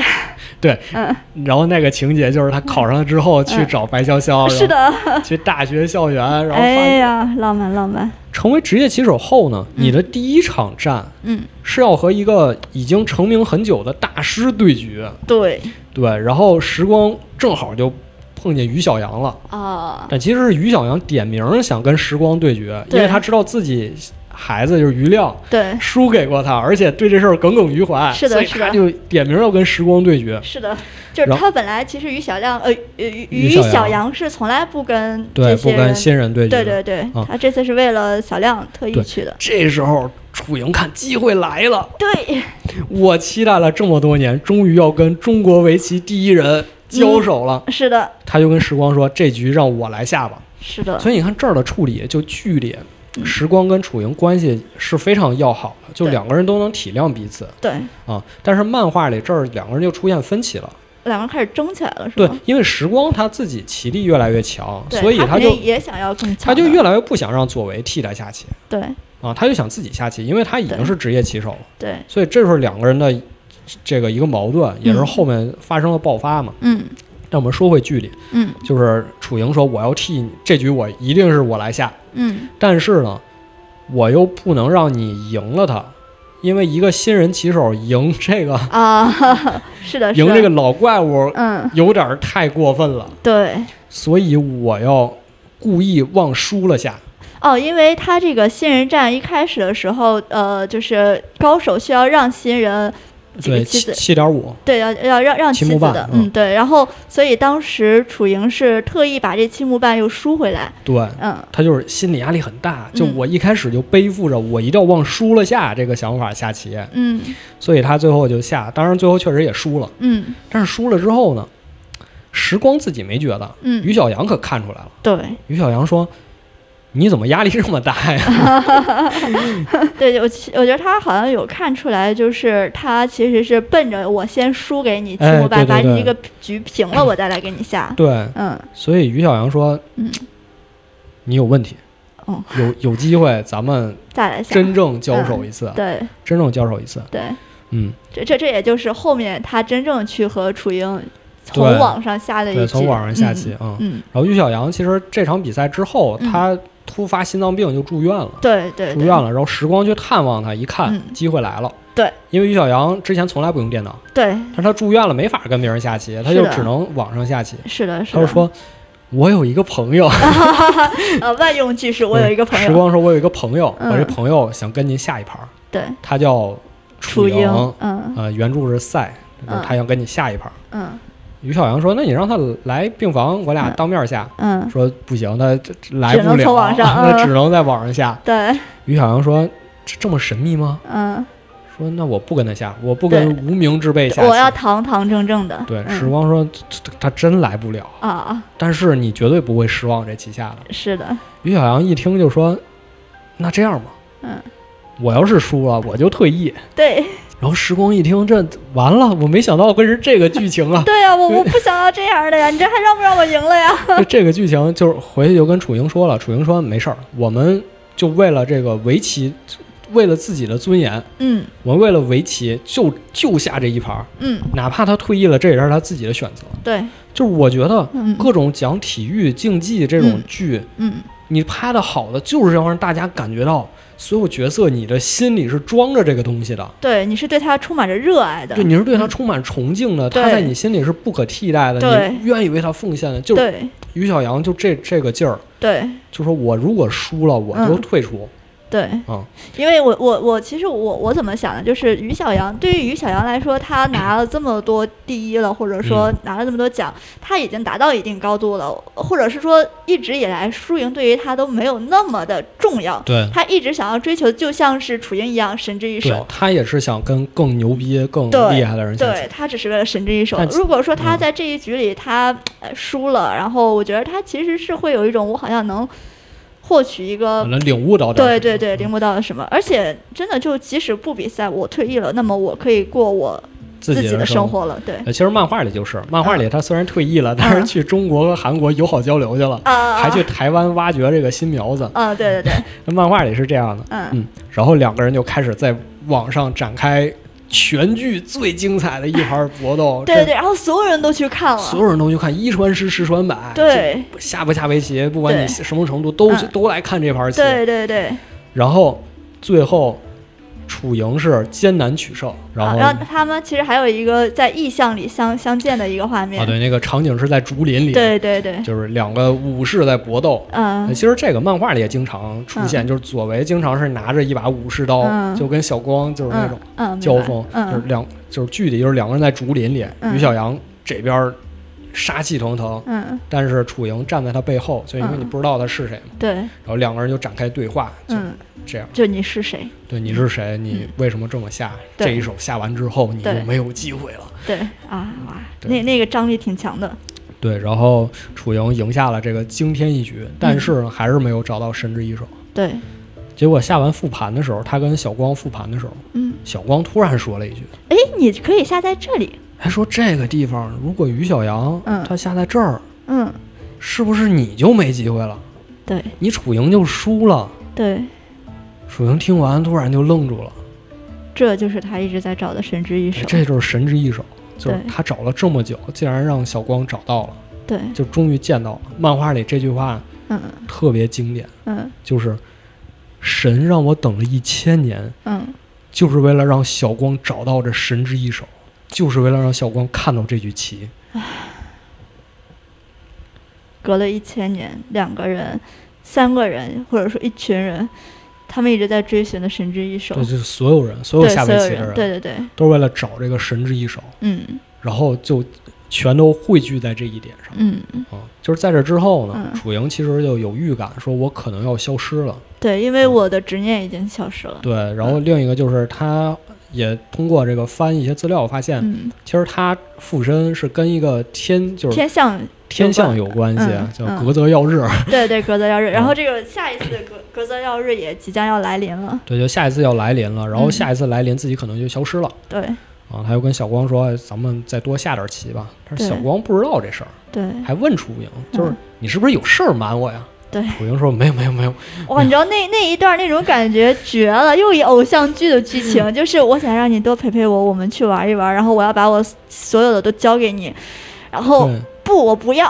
S1: 对，
S2: 嗯，
S1: 然后那个情节就是他考上了之后去找白潇潇，
S2: 是的，
S1: 然后去大学校园，然后发
S2: 哎
S1: 现
S2: 呀，浪漫浪漫，
S1: 成为职业棋手后呢，
S2: 嗯
S1: 你的第一场战
S2: 嗯，
S1: 是要和一个已经成名很久的大师对决，
S2: 对
S1: 对，然后时光正好就碰见于小阳了，
S2: 啊，
S1: 但其实是于小阳点名想跟时光对决，因
S2: 对
S1: 为他知道自己孩子就是于亮。
S2: 对，
S1: 输给过他，而且对这事儿耿耿于怀，
S2: 是的
S1: 所以
S2: 是
S1: 他
S2: 的
S1: 就点名要跟时光对决。
S2: 是的，就是
S1: 然后
S2: 他本来其实于小亮，呃，
S1: 于
S2: 于于
S1: 小
S2: 小
S1: 阳
S2: 阳是从来不跟
S1: 对，
S2: 这
S1: 不
S2: 些
S1: 跟
S2: 人，
S1: 新人对决。
S2: 对对对
S1: 啊，
S2: 他这次是为了小亮特意
S1: 对
S2: 去的，
S1: 这时候楚莹看机会来了，
S2: 对，
S1: 我期待了这么多年，终于要跟中国围棋第一人交手了。
S2: 是的，
S1: 他就跟时光说：“这局让我来下吧。”
S2: 是的，
S1: 所以你看这儿的处理就剧烈。时光跟楚莹关系是非常要好的，就
S2: 对
S1: 两个人都能体谅彼此
S2: 对，
S1: 啊。但是漫画里这儿两个人就出现分歧了，
S2: 两个人开始争起来了，是
S1: 对
S2: 吗？，
S1: 因为时光他自己棋力越来越强，
S2: 对，
S1: 所以
S2: 他肯
S1: 就
S2: 定也想要更强的，
S1: 他就越来越不想让左为替代下棋
S2: 对
S1: 啊，他就想自己下棋，因为他已经
S2: 对
S1: 是职业棋手了。
S2: 对，
S1: 所以这时候两个人的这个一个矛盾，也是后面发生了爆发嘛。
S2: 嗯
S1: 但我们说回剧里，
S2: 嗯
S1: 就是楚莹说我要替你这局，我一定是我来下，
S2: 嗯，
S1: 但是呢，我又不能让你赢了他，因为一个新人棋手赢这个
S2: 啊， 是的，是
S1: 赢
S2: 的，
S1: 这个老怪物
S2: 嗯，
S1: 有点儿太过分了，
S2: 对，
S1: 所以我要故意往输了下。
S2: 哦，因为他这个新人战一开始的时候，呃，就是高手需要让新人几
S1: 对，
S2: 个棋
S1: 七
S2: 子。
S1: 七点五，
S2: 对，要要让让
S1: 七
S2: 棋
S1: 目
S2: 子
S1: 半
S2: 的，
S1: 嗯
S2: 嗯，对，然后所以当时楚莹是特意把这七目半又输回来，
S1: 对。
S2: 嗯，
S1: 他就是心理压力很大，就
S2: 嗯
S1: 我一开始就背负着我一定要往输了下这个想法下棋，
S2: 嗯
S1: 所以他最后就下，当然最后确实也输了，
S2: 嗯
S1: 但是输了之后呢，时光自己没觉得，于
S2: 嗯，
S1: 小阳可看出来了，
S2: 对
S1: 于小阳说：“你怎么压力这么大 呀
S2: 对，我其我觉得他好像有看出来，就是他其实是奔着我先输给你七
S1: 哎
S2: 目
S1: 对
S2: 半，
S1: 对
S2: 把你
S1: 对，
S2: 这个局平了，我再来给你下？”
S1: 对，
S2: 嗯
S1: 所以于小阳说：“
S2: 嗯
S1: 你有问题，
S2: 哦
S1: 有有机会咱们
S2: 再来下，嗯
S1: 真正交手一次，
S2: 对
S1: 真正交手一次。
S2: 对。”
S1: 嗯，
S2: 这这这也就是后面他真正去和楚莹从
S1: 对
S2: 网上下的一
S1: 对，
S2: 局，
S1: 从网上下棋啊、
S2: 嗯，嗯，
S1: 然后于小阳其实这场比赛之后，
S2: 嗯
S1: 他突发心脏病就住院了。
S2: 对对
S1: 住
S2: 对
S1: 院了，然后时光去探望他，一看、
S2: 嗯
S1: 机会来了。
S2: 对，
S1: 因为于小阳之前从来不用电脑，
S2: 对，
S1: 但是他住院了没法跟别人下棋，他就只能网上下棋。
S2: 是的，啊是啊
S1: 他
S2: 的。
S1: 就说：“我有一个朋友，
S2: 呃，万用句式，我有 一个朋
S1: 时
S2: 友，
S1: 光说：“我有一个朋友，
S2: 嗯
S1: 我这朋友想跟您下一盘儿，
S2: 对，
S1: 他叫楚莹，
S2: 莹，嗯
S1: 呃，原著是赛，就是
S2: 嗯
S1: 他想跟你下一盘儿。
S2: 嗯
S1: 于小阳说：“那你让他来病房，我俩当面下。
S2: 嗯，
S1: 说：“不行，他这这来不
S2: 只能
S1: 了，
S2: 从网上嗯
S1: 那只能在网上下。
S2: 对，
S1: 于小阳说：“这这么神秘吗？”
S2: 嗯，
S1: 说那我不跟他下，我不跟无名之辈下棋。
S2: 我要堂堂正正的，
S1: 对，
S2: 嗯
S1: 时光说他他真来不了，
S2: 啊啊，
S1: 但是你绝对不会失望这棋下的。
S2: 是的，
S1: 于小阳一听就说，那这样吧，
S2: 嗯，
S1: 我要是输了我就退役。
S2: 对！
S1: 然后时光一听这完了，我没想到会是这个剧情啊
S2: 对呀，我我不想要这样的呀，你这还让不让我赢了呀？
S1: 就这个剧情就是回去就跟楚莹说了，楚莹说没事儿，我们就为了这个围棋为了自己的尊严，
S2: 嗯
S1: 我们为了围棋就就下这一盘儿，
S2: 嗯，
S1: 哪怕他退役了，这也是他自己的选择。
S2: 对，
S1: 就是我觉得
S2: 嗯
S1: 各种讲体育竞技这种
S2: 嗯
S1: 剧，
S2: 嗯
S1: 你拍的好的就是要让大家感觉到所有角色你的心里是装着这个东西的，
S2: 对，你是对他充满着热爱的
S1: 对，，你是对他充满崇敬的，
S2: 对
S1: 他在你心里是不可替代的，
S2: 对
S1: 你愿意为他奉献的。就
S2: 对
S1: 于小阳就这这个劲儿，
S2: 对
S1: 就说我如果输了，我
S2: 嗯
S1: 就退出。
S2: 对，
S1: 嗯
S2: 因为我我我其实我我怎么想的，就是于小阳对于于小阳来说，他拿了这么多第一了，或者
S1: 嗯
S2: 说拿了这么多奖，他已经达到一定高度了，或者是说一直以来输赢对于他都没有那么的重要，
S1: 对
S2: 他一直想要追求就像是楚英一样神之一
S1: 对
S2: 手，
S1: 他也是想跟更牛逼、更
S2: 对
S1: 厉害的人相
S2: 对
S1: 处。
S2: 他只是为了神之一手
S1: 但。
S2: 如果说
S1: 嗯
S2: 他在这一局里他呃输了，然后我觉得他其实是会有一种我好像能获取一个
S1: 可能领悟到点
S2: 呃对
S1: 儿什
S2: 对
S1: 么
S2: 对，领悟到了什么？而且真的就即使不比赛，我退役了，那么我可以过我
S1: 自己
S2: 的
S1: 生
S2: 生。活了。嗯对，
S1: 呃其实漫画里就是，漫画里他虽然退役了，
S2: 嗯
S1: 但是去中国和韩国友好交流去了，
S2: 啊啊，
S1: 还去台湾挖掘这个新苗子。
S2: 啊，对对 对，
S1: 那漫画里是这样的，
S2: 嗯
S1: 嗯，然后两个人就开始在网上展开全剧最精彩的一盘搏斗，
S2: 对对对，然后所有人都去看
S1: 这所
S2: 了，
S1: 有人都去看一传十，十传百，
S2: 对
S1: 就下不下围棋，不管你
S2: 对
S1: 什么程度，都、
S2: 嗯
S1: 都来看这盘棋。
S2: 对对对，
S1: 然后最后楚莹是艰难取胜，然
S2: 啊
S1: 后
S2: 然后他们其实还有一个在意象里相相见的一个画面
S1: 啊，对，那个场景是在竹林里，
S2: 对对对，
S1: 就是两个武士在搏斗。
S2: 嗯
S1: 其实这个漫画里也经常出现，就是左为经常是拿着一把武士刀，
S2: 嗯
S1: 就跟小光就是那种
S2: 嗯嗯，
S1: 交
S2: 明白
S1: 锋，就是
S2: 嗯
S1: 两就是具体就是两个人在竹林里，
S2: 嗯
S1: 于小阳这边儿杀气腾腾，
S2: 嗯，
S1: 但是楚莹站在他背后，就因为
S2: 嗯
S1: 你不知道他是谁嘛，
S2: 对，
S1: 然后两个人就展开对话，就
S2: 嗯，
S1: 这样，
S2: 就你是谁？
S1: 对你是谁，你为什么这么下？
S2: 对
S1: 这一手下完之后，你就
S2: 对
S1: 没有机会了。
S2: 对啊哇，
S1: 对
S2: 那那个张力挺强的，
S1: 对，然后楚莹赢下了这个惊天一局，
S2: 嗯
S1: 但是呢还是没有找到神之一手。
S2: 对，
S1: 结果下完复盘的时候，他跟小光复盘的时候，
S2: 嗯，
S1: 小光突然说了一句，
S2: 哎，你可以下在这里，
S1: 还说这个地方如果于小阳、
S2: 嗯
S1: 他下在这儿，
S2: 嗯，
S1: 是不是你就没机会了？
S2: 对
S1: 你楚莹就输了。
S2: 对。
S1: 楚莹听完突然就愣住了，
S2: 这就是他一直在找的神之一
S1: 哎
S2: 手。
S1: 这就是神之一手，就是
S2: 对
S1: 他找了这么久，竟然让小光找到了，
S2: 对，
S1: 就终于见到了。漫画里这句话
S2: 嗯
S1: 特别经典，
S2: 嗯
S1: 就是神让我等了一千年，
S2: 嗯，
S1: 就是为了让小光找到这神之一手，就是为了让小光看到这局棋。
S2: 隔了一千年，两个人、三个人，或者说一群人，他们一直在追寻的神之一手
S1: 这。就是所有人，所有
S2: 对，
S1: 下
S2: 所
S1: 围
S2: 有
S1: 棋的
S2: 人，对对对，
S1: 都是为了找这个神之一手，
S2: 嗯
S1: 然后就全都汇聚在这一点上。
S2: 嗯，
S1: 啊，就是在这之后呢，
S2: 嗯
S1: 楚莹其实就有预感，说我可能要消失了。
S2: 对，因为我的执念已经消失了。
S1: 嗯对，然
S2: 嗯
S1: 后另一个就是他也通过这个翻一些资料发现，
S2: 嗯，
S1: 其实他附身是跟一个天就是
S2: 天象，
S1: 天象有关系，
S2: 嗯
S1: 叫
S2: 嗯
S1: 格泽曜日。
S2: 对对，格泽耀日。然后
S1: 嗯
S2: 这个下一次的格格泽耀日也即将要来临了。
S1: 对，就下一次要来临了，然后
S2: 嗯
S1: 下一次来临自己可能就消失了。
S2: 对
S1: 啊，他又跟小光说：“哎咱们再多下点棋吧。”但是
S2: 对
S1: 小光不知道这事儿，
S2: 对，
S1: 还问楚莹：“就是
S2: 嗯
S1: 你是不是有事儿瞒我呀？”
S2: 对
S1: 楚莹说：“没有，没有，没有。
S2: 哇，你知道那那一段那种感觉绝了，又一偶像剧的剧情，就是我想让你多陪陪我，我们去玩一玩，然后我要把我所有的都交给你，然后
S1: 对，
S2: 不，我不要，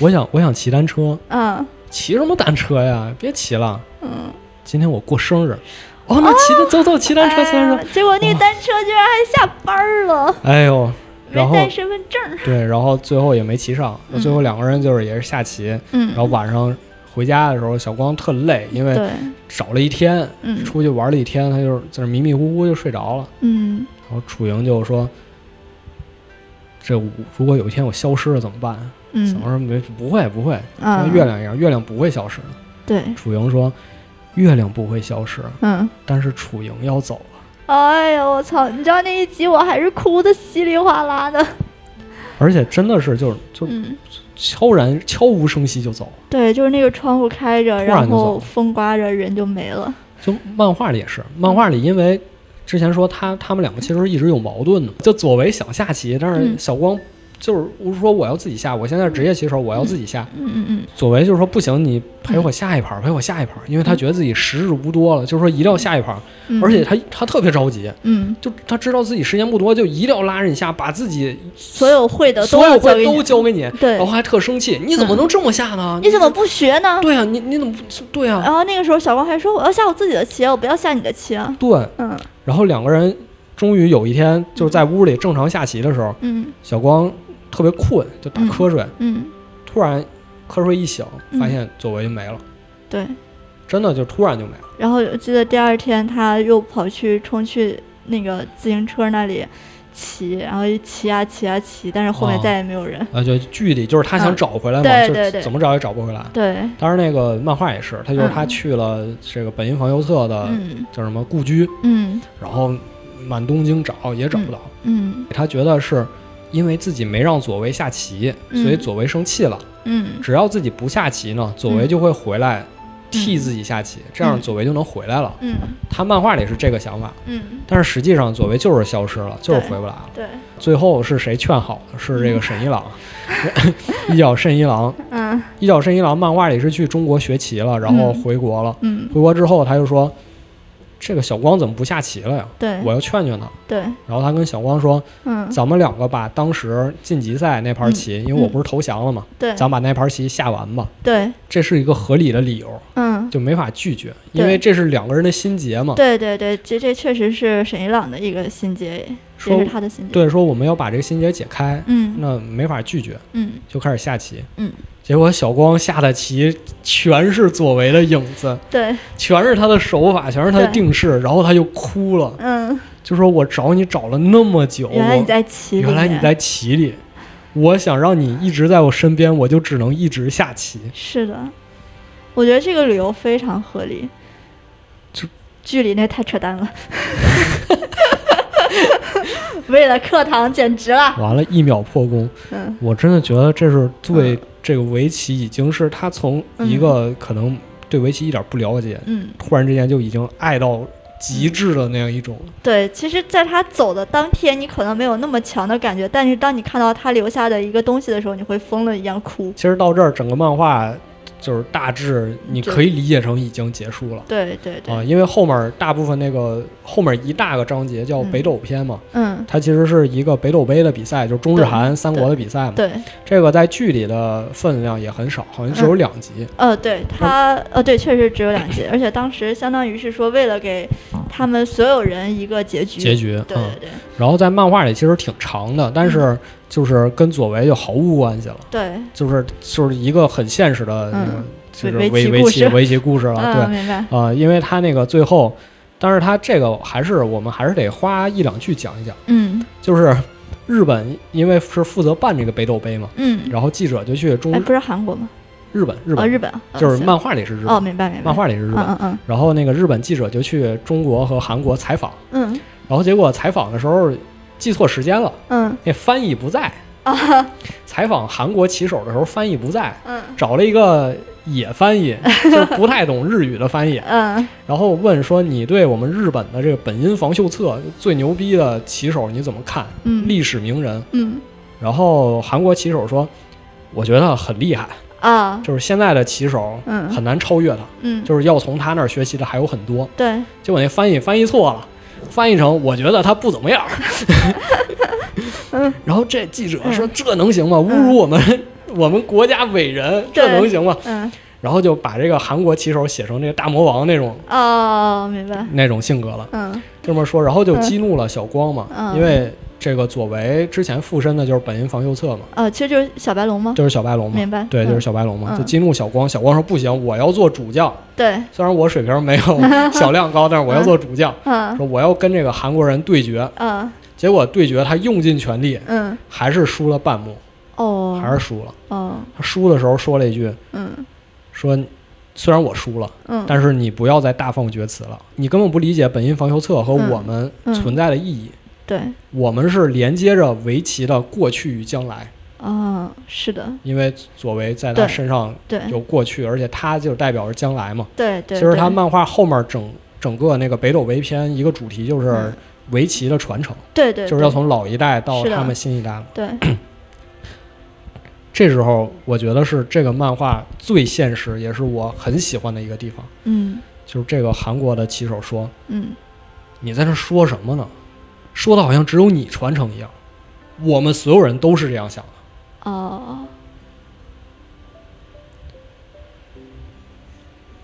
S1: 我想，我想骑单车。
S2: 嗯
S1: 骑什么单车呀？别骑了，
S2: 嗯，
S1: 今天我过生日。哦，那骑的走走，骑单车，骑单
S2: 哎
S1: 车。
S2: 呀结果那个单车居然还下班了，
S1: 哎呦，然
S2: 没
S1: 后
S2: 带身份证，
S1: 对，然后最后也没骑上。
S2: 嗯
S1: 最后两个人就是也是下棋，然后
S2: 嗯，
S1: 晚上回家的时候，小光特累，因为
S2: 对，
S1: 找了一天，
S2: 嗯
S1: 出去玩了一天，他就是在那迷迷糊糊就睡着了。
S2: 嗯
S1: 然后楚莹就说：“这我如果有一天我消失了怎么办？”小
S2: 嗯
S1: 光说：“没，不会，不会，
S2: 啊
S1: 像，月亮一样，月亮不会消失的。
S2: 对，”
S1: 楚莹说：“月亮不会消失，
S2: 嗯。
S1: 但是楚莹要走了。”
S2: 哎呦我操！你知道那一集我还是哭的稀里哗啦的，
S1: 而且真的是就是就是
S2: 嗯，
S1: 悄然悄无声息就走了，
S2: 对，就是那个窗户开着，
S1: 然
S2: 然
S1: 就走
S2: 后
S1: 了
S2: 风刮着人就没了，
S1: 就漫画里也是，漫画里因为之前说他他们两个其实一直有矛盾的，就左为想下棋，但是
S2: 嗯
S1: 小光就是我说我要自己下，我现在是职业棋手，我要自己下。
S2: 嗯嗯嗯，
S1: 左为就是说不行，你陪我下一盘，陪我下一盘，因为他觉得自己时日无多了，就是说一定要下一盘，
S2: 嗯
S1: 而且他他特别着急，
S2: 嗯，
S1: 就他知道自己时间不多，就一定要拉着你下，把自己
S2: 所有会的都
S1: 所
S2: 要
S1: 有
S2: 交
S1: 会
S2: 给
S1: 都
S2: 你，
S1: 交给你，
S2: 对嗯
S1: 然后，还特生气，你怎么能这么下呢？
S2: 你怎么不学呢？
S1: 对啊，你你怎么不对啊？
S2: 然后那个时候小光还说我要下我自己的棋啊，我不要下你的棋啊。
S1: 对，
S2: 嗯
S1: 然后两个人终于有一天就是在屋里正常下棋的时候，
S2: 嗯
S1: 小光特别困，就打瞌睡，
S2: 嗯，
S1: 突然瞌睡一醒，
S2: 嗯
S1: 发现左为就没了，
S2: 对。
S1: 真的就突然就没了。
S2: 然后我记得第二天他又跑去冲去那个自行车那里骑，然后一骑啊骑啊骑，但是后面
S1: 哦
S2: 再也没有人。
S1: 啊，就剧里就是他想找回来嘛，
S2: 嗯对
S1: 就
S2: 对对
S1: 怎么找也找不回来。
S2: 对，
S1: 当然，那个漫画也是，他就是他去了这个本因坊右侧的
S2: 嗯
S1: 叫什么故居，
S2: 嗯
S1: 然后满东京找也找不到，
S2: 嗯
S1: 他觉得是因为自己没让左为下棋，
S2: 嗯
S1: 所以左为生气了。
S2: 嗯
S1: 只要自己不下棋呢，左为就会回来替自己下棋，这样左为就能回来了。
S2: 嗯
S1: 他漫画里是这个想法，
S2: 嗯，
S1: 但是实际上左为就是消失了，就是回不来了。
S2: 对，
S1: 最后是谁劝好的？是这个沈一郎， 一角慎一郎。
S2: 嗯
S1: 一角慎一郎漫画里是去中国学棋了，然后
S2: 嗯
S1: 回国了。
S2: 嗯
S1: 回国之后他就说：“这个小光怎么不下棋了呀？
S2: 对
S1: 我要劝劝他。”
S2: 对，
S1: 然后他跟小光说
S2: 嗯：“
S1: 咱们两个把当时晋级赛那盘棋，因为我不是投降了嘛，
S2: 对
S1: 咱把那盘棋下完吧。”
S2: 对，
S1: 这是一个合理的理由，
S2: 嗯。
S1: 就没法拒绝，
S2: 对
S1: 因为这是两个人的心结嘛。
S2: 对对对，这这确实是沈一朗的一个心结，也
S1: 说
S2: 是他的心结。，
S1: 对，说我们要把这个心结解开，
S2: 嗯
S1: 那没法拒绝，
S2: 嗯
S1: 就开始下棋。
S2: 嗯，
S1: 结果小光下的棋全是左为的影子，
S2: 对，
S1: 全是他的手法，全是他的
S2: 对
S1: 定式，然后他就哭了，
S2: 嗯，
S1: 就说我找你找了那么久，
S2: 原来你
S1: 我
S2: 在棋里
S1: 原
S2: 面，
S1: 来你在棋里，我想让你一直在我身边，我就只能一直下棋。
S2: 是的，我觉得这个理由非常合理。
S1: 就
S2: 距离那太扯淡了， 为了课堂简直了。
S1: 完了，一秒破功。
S2: 嗯
S1: 我真的觉得这是对
S2: 嗯
S1: 这个围棋已经是他从一个可能对围棋一点不了解，
S2: 嗯，
S1: 突然之间就已经爱到极致的那样一种。
S2: 对，其实，在他走的当天，你可能没有那么强的感觉，但是当你看到他留下的一个东西的时候，你会疯了一样哭。
S1: 其实到这儿，整个漫画就是大致你可以理解成已经结束了。
S2: 对对对，
S1: 啊，因为后面大部分那个后面一大个章节叫北斗篇嘛，
S2: 嗯，
S1: 它其实是一个北斗杯的比赛，就是中日韩三国的比赛嘛。
S2: 对，
S1: 这个在剧里的分量也很少，好像只有两集。
S2: 呃，对他，呃，对，确实只有两集，而且当时相当于是说，为了给他们所有人一个结局。
S1: 结局，
S2: 对
S1: 嗯
S2: 对，对
S1: 然后在漫画里其实挺长的，但
S2: 嗯
S1: 是就是跟左为就毫无关系了，
S2: 对，
S1: 就是就是一个很现实的那个
S2: 嗯，
S1: 就是
S2: 围
S1: 围
S2: 棋
S1: 围
S2: 故
S1: 棋
S2: 事
S1: 围棋故事了。
S2: 嗯，明白。
S1: 对，呃，因为他那个最后，但是他这个还是我们还是得花一两句讲一讲，
S2: 嗯
S1: 就是 日本因为是负责办这个北斗杯嘛，
S2: 嗯，
S1: 然后记者就去中
S2: 哎，不是韩国吗？
S1: 日本日
S2: 哦，
S1: 本
S2: 日本啊
S1: 就是
S2: 行
S1: 漫画里是日
S2: 哦，
S1: 本，
S2: 明白明白，
S1: 漫画里是日本，
S2: 嗯嗯
S1: 然后那个日本记者就去中国和韩国采访，
S2: 嗯
S1: 然后结果采访的时候记错时间了。
S2: 嗯
S1: 那翻译不在
S2: 啊
S1: 采访韩国棋手的时候，翻译不在，
S2: 嗯
S1: 找了一个野翻译，就是不太懂日语的翻 译，
S2: 嗯
S1: 然后问说：“你对我们日本的这个本因坊秀策最牛逼的棋手你怎么看？
S2: 嗯
S1: 历史名人。
S2: 嗯”
S1: 然后韩国棋手说：“我觉得很厉害，
S2: 啊
S1: 就是现在的棋手
S2: 嗯
S1: 很难超越他，
S2: 嗯，
S1: 就是要从他那儿学习的还有很多。
S2: 对”
S1: 结果那翻译翻译错了。翻译成我觉得他不怎么样
S2: 嗯，
S1: 然后这记者说这能行吗？侮辱我们、我们国家伟人，这
S2: 对
S1: 能行吗？
S2: 嗯
S1: 然后就把这个韩国棋手写成这个大魔王那种
S2: 哦，明白，
S1: 那种性格了，
S2: 嗯
S1: 这么说，然后就激怒了小光嘛，
S2: 嗯
S1: 因为这个左为之前附身的就是本因坊右侧嘛，
S2: 哦，其实就是小白龙吗？
S1: 就是小白龙嘛
S2: 明，白，
S1: 对，
S2: 嗯
S1: 就是小白龙嘛，
S2: 嗯
S1: 就激怒小光，小光说不行，我要做主将，
S2: 对，
S1: 虽然我水平 没有小亮高，但是我要做主将，
S2: 嗯
S1: 说我要跟这个韩国人对决，
S2: 嗯
S1: 结果对决他用尽全力，
S2: 嗯
S1: 还是输了半目，
S2: 哦，
S1: 还是输了，
S2: 哦
S1: 他输的时候说了一句，
S2: 嗯
S1: 说虽然我输了。
S2: 嗯，
S1: 但是你不要再大放厥词了，你根本不理解本因坊右策和
S2: 嗯
S1: 我们存在的意义。
S2: 对
S1: 我们是连接着围棋的过去与将来，
S2: 啊，是的，
S1: 因为左为在他
S2: 对
S1: 身上
S2: 对
S1: 有过去，而且他就代表着将来嘛。
S2: 对
S1: 其
S2: 对，
S1: 实
S2: 对
S1: 他漫画后面整整个那个北斗围篇一个主题就是
S2: 嗯
S1: 围棋的传承，
S2: 对对
S1: 就是要从老一代到
S2: 是的
S1: 他们新一代了。
S2: 对对
S1: 这时候我觉得是这个漫画最现实，也是我很喜欢的一个地方，
S2: 嗯
S1: 就是这个韩国的棋手说
S2: 嗯，：“
S1: 你在那说什么呢？说的好像只有你传承一样，我们所有人都是这样想的。”
S2: 哦，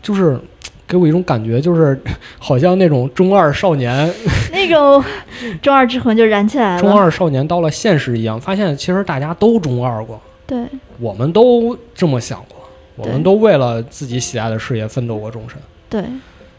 S1: 就是给我一种感觉，就是好像那种中二少年，
S2: 那种 中二之魂就燃起来了。
S1: 中二少年到了现实一样，发现其实大家都中二过，
S2: 对，
S1: 我们都这么想过，我们
S2: 对
S1: 都为了自己喜爱的事业奋斗过终身。
S2: 对，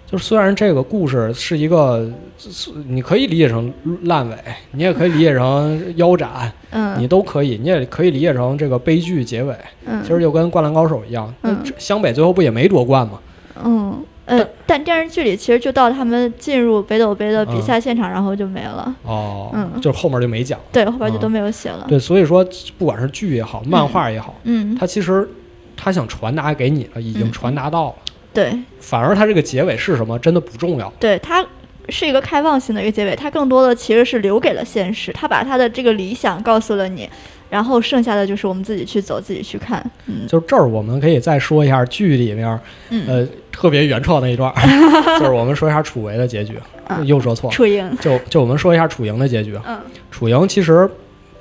S1: 就是虽然这个故事是一个，是你可以理解成烂尾，你也可以理解成腰斩，你
S2: 嗯
S1: 都可以，你也可以理解成这个悲剧结尾。
S2: 嗯，
S1: 其实就跟《灌篮高手》一样，那
S2: 嗯
S1: 这湘北最后不也没夺冠吗？
S2: 嗯呃，但电视剧里其实就到他们进入北斗杯
S1: 嗯
S2: 的比赛现场，然后就没了。
S1: 哦，
S2: 嗯
S1: 就是后面就没讲。
S2: 对，后边就都
S1: 嗯
S2: 没有写了。
S1: 对，所以说不管是剧也好，漫画也好，
S2: 嗯，
S1: 他其实他想传达给你了，已经
S2: 嗯
S1: 传达到了。
S2: 对
S1: 反而他这个结尾是什么，真的不重要。
S2: 对，它是一个开放性的一个结尾，它更多的其实是留给了现实，它把它的这个理想告诉了你，然后剩下的就是我们自己去走，自己去看。嗯
S1: 就是这儿，我们可以再说一下剧里面，
S2: 嗯，
S1: 呃，特别原创的一段儿， 就是我们说一下楚维的结局，
S2: 啊
S1: 又说错了。
S2: 初英，
S1: 就就我们说一下楚莹的结局，
S2: 嗯，
S1: 楚莹其实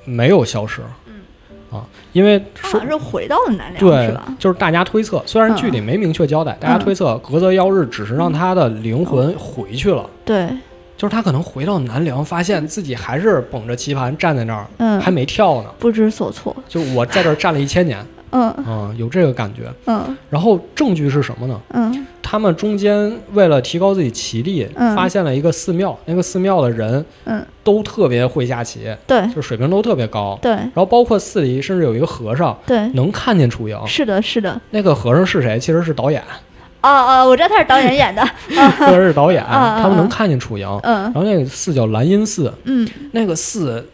S1: 没有消失，啊，因为
S2: 他嗯好
S1: 说
S2: 像是回到了南梁，是
S1: 对
S2: 吧，？
S1: 就是大家推测，虽然
S2: 嗯
S1: 剧里没明确交代，大家
S2: 嗯
S1: 推测格泽妖日只是让他的灵魂回去了，
S2: 对，
S1: 就是他可能回到南梁，发现自己还是捧着棋盘站在那儿，
S2: 嗯
S1: 还，没跳呢。
S2: 不知所措。
S1: 就我在这儿站了一千年，
S2: 嗯
S1: 嗯，有这个感觉。
S2: 嗯
S1: 然后证据是什么呢？
S2: 嗯
S1: 他们中间为了提高自己棋力，
S2: 嗯
S1: 发现了一个寺庙，那个寺庙的人
S2: 嗯，
S1: 都特别会下棋，
S2: 对
S1: 就水平都特别高。
S2: 对
S1: 然后包括寺里甚至有一个和尚
S2: 对，
S1: 能看见楚莹，
S2: 是的，是的。
S1: 那个和尚是谁？其实是导 演，
S2: 哦哦，我知道他是导 演演的。
S1: 或者是导演，
S2: 啊啊
S1: 他们能看见楚莹。
S2: 嗯
S1: 然后那个寺叫兰阴寺，
S2: 嗯，
S1: 那个寺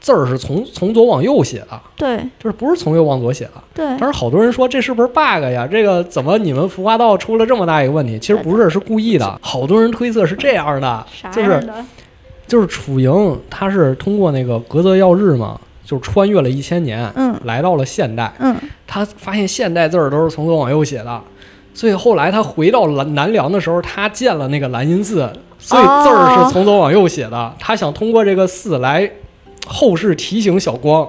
S1: 字儿是从从左往右写的，
S2: 对
S1: 就是不是从右往左写的。
S2: 对
S1: 但是好多人说这是不是 bug 呀？这个怎么你们服化道出了这么大一个问题？其实不是，是故意的。好多人推测是这样的，
S2: 啥
S1: 就
S2: 样
S1: 是
S2: 的？
S1: 就是楚莹，她是通过那个格泽耀日嘛，就是穿越了一千年，
S2: 嗯
S1: 来到了现代。
S2: 嗯
S1: 她发现现代字儿都是从左往右写的，所以后来她回到南南梁的时候，她建了那个兰阴寺，所以字儿
S2: 哦
S1: 是从左往右写的。她想通过这个寺来后世提醒小光，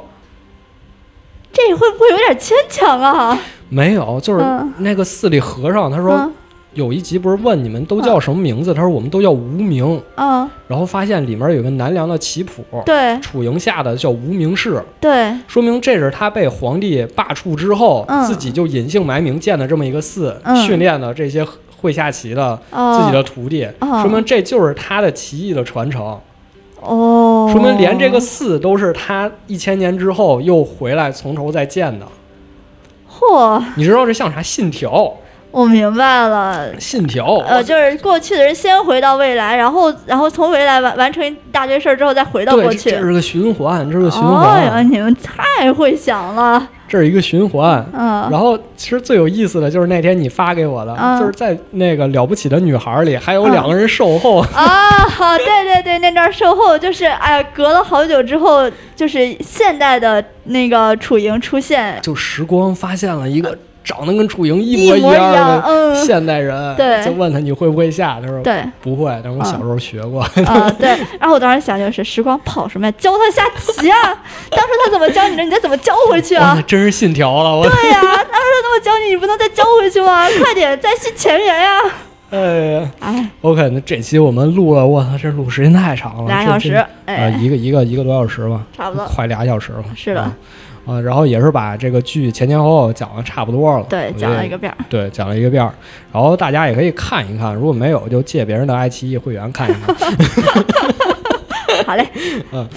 S2: 这会不会有点牵强啊？
S1: 没有，就是
S2: 嗯
S1: 那个寺里和尚，他说。
S2: 嗯
S1: 有一集不是问你们都叫什么名字？他说我们都叫无名，
S2: 嗯，
S1: 然后发现里面有个南梁的棋谱，
S2: 对
S1: 楚莹下的叫无名氏，
S2: 对
S1: 说明这是他被皇帝罢黜之后，
S2: 嗯
S1: 自己就隐姓埋名建的这么一个寺，
S2: 嗯
S1: 训练的这些会下棋的
S2: 哦，
S1: 自己的徒弟，
S2: 哦
S1: 说明这就是他的棋艺的传承，
S2: 哦，
S1: 说明连这个寺都是他一千年之后又回来从头再建的。
S2: 嚯，
S1: 你知道这像啥？信条，
S2: 我明白了。
S1: 信条，
S2: 呃，就是过去的人先回到未来，然后然后从未来完完成一大堆事儿之后再回到
S1: 对，
S2: 过
S1: 这
S2: 去。
S1: 这是个循环，这是个循
S2: 哦
S1: 环。
S2: 呀，你们太会想了，
S1: 这是一个循环。
S2: 嗯
S1: 然后其实最有意思的就是那天你发给我的，
S2: 嗯
S1: 就是在那个了不起的女孩里，还有两个人售后，
S2: 啊，好，对对对，那段售后就是，哎，隔了好久之后，就是现代的那个楚莹出现，
S1: 就时光发现了一个长得跟楚莹
S2: 一
S1: 一模
S2: 模一
S1: 样
S2: 样，
S1: 的
S2: 嗯，
S1: 现代人，
S2: 对
S1: 就问他你会不会下，他说
S2: 对，嗯
S1: 不会，但是我小时候学 过，
S2: 啊、 对。然后我当时想就是，时光跑什么呀？教他下棋 啊！当初他怎么教你的，你再怎么教回去
S1: 哇，
S2: 啊
S1: 那？真是信条了，我
S2: 对呀、当初他怎么教你，你不能再教回去 吗？快点，再续前缘呀、
S1: 哎呀
S2: 哎，
S1: ，OK，那这期我们录了，我操，这录时间太长了，
S2: 俩
S1: 这
S2: 小时
S1: 这呃，
S2: 哎
S1: 一个一个一个多小时吧，
S2: 差不多
S1: 快俩小时了，
S2: 哎是的
S1: 啊，啊，然后也是把这个剧前前后后讲的差不多了，
S2: 对
S1: 我，觉
S2: 讲了
S1: 得
S2: 一个 遍儿。
S1: 对，讲了一个遍儿，然后大家也可以看一看，如果没有就借别人的爱奇艺会员看一 看，
S2: 好嘞，嗯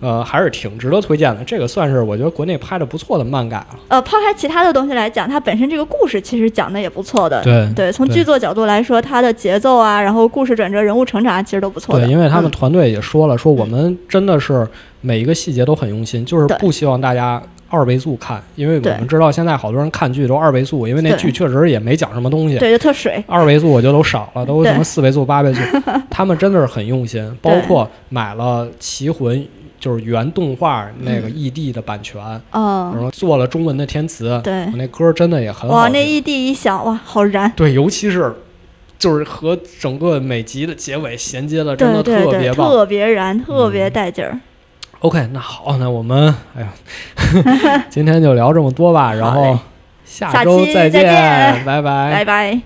S1: 呃，还是挺值得推荐的。这个算是我觉得国内拍的不错的漫改了。
S2: 呃，抛开其他的东西来讲，它本身这个故事其实讲的也不错的。
S1: 对
S2: 对，从
S1: 对
S2: 剧作角度来说，它的节奏啊，然后故事转折、人物成长啊，其实都不错的。
S1: 对，因为他们
S2: 嗯
S1: 团队也说了，说我们真的是每一个细节都很用心，就是
S2: 对
S1: 不希望大家二倍速看，因为我
S2: 对
S1: 们知道现在好多人看剧都二倍速，因为那
S2: 对
S1: 剧确实也没讲什么东西。
S2: 对就特水。
S1: 二维速我觉得都少了，都什么
S2: 对
S1: 四维速、八维速，他们真的是很用心，包
S2: 对
S1: 括买了《棋魂》就是原动画那个 ED 的版权，然
S2: 嗯，
S1: 后做了中文的填词，
S2: 对
S1: 我，那歌真的也很好
S2: 哇，
S1: 听。
S2: 那异地一响，哇，好燃，
S1: 对，尤其是就是和整个每集的结尾衔接的，真
S2: 对
S1: 的
S2: 对
S1: 特
S2: 对，
S1: 别棒。嗯
S2: 特别燃，特别带劲儿。
S1: OK，那好，那我们哎呀， 今天就聊这么多吧，然
S2: 好嘞
S1: 后下
S2: 下
S1: 周
S2: 期
S1: 再
S2: 再见
S1: 拜拜
S2: 拜拜。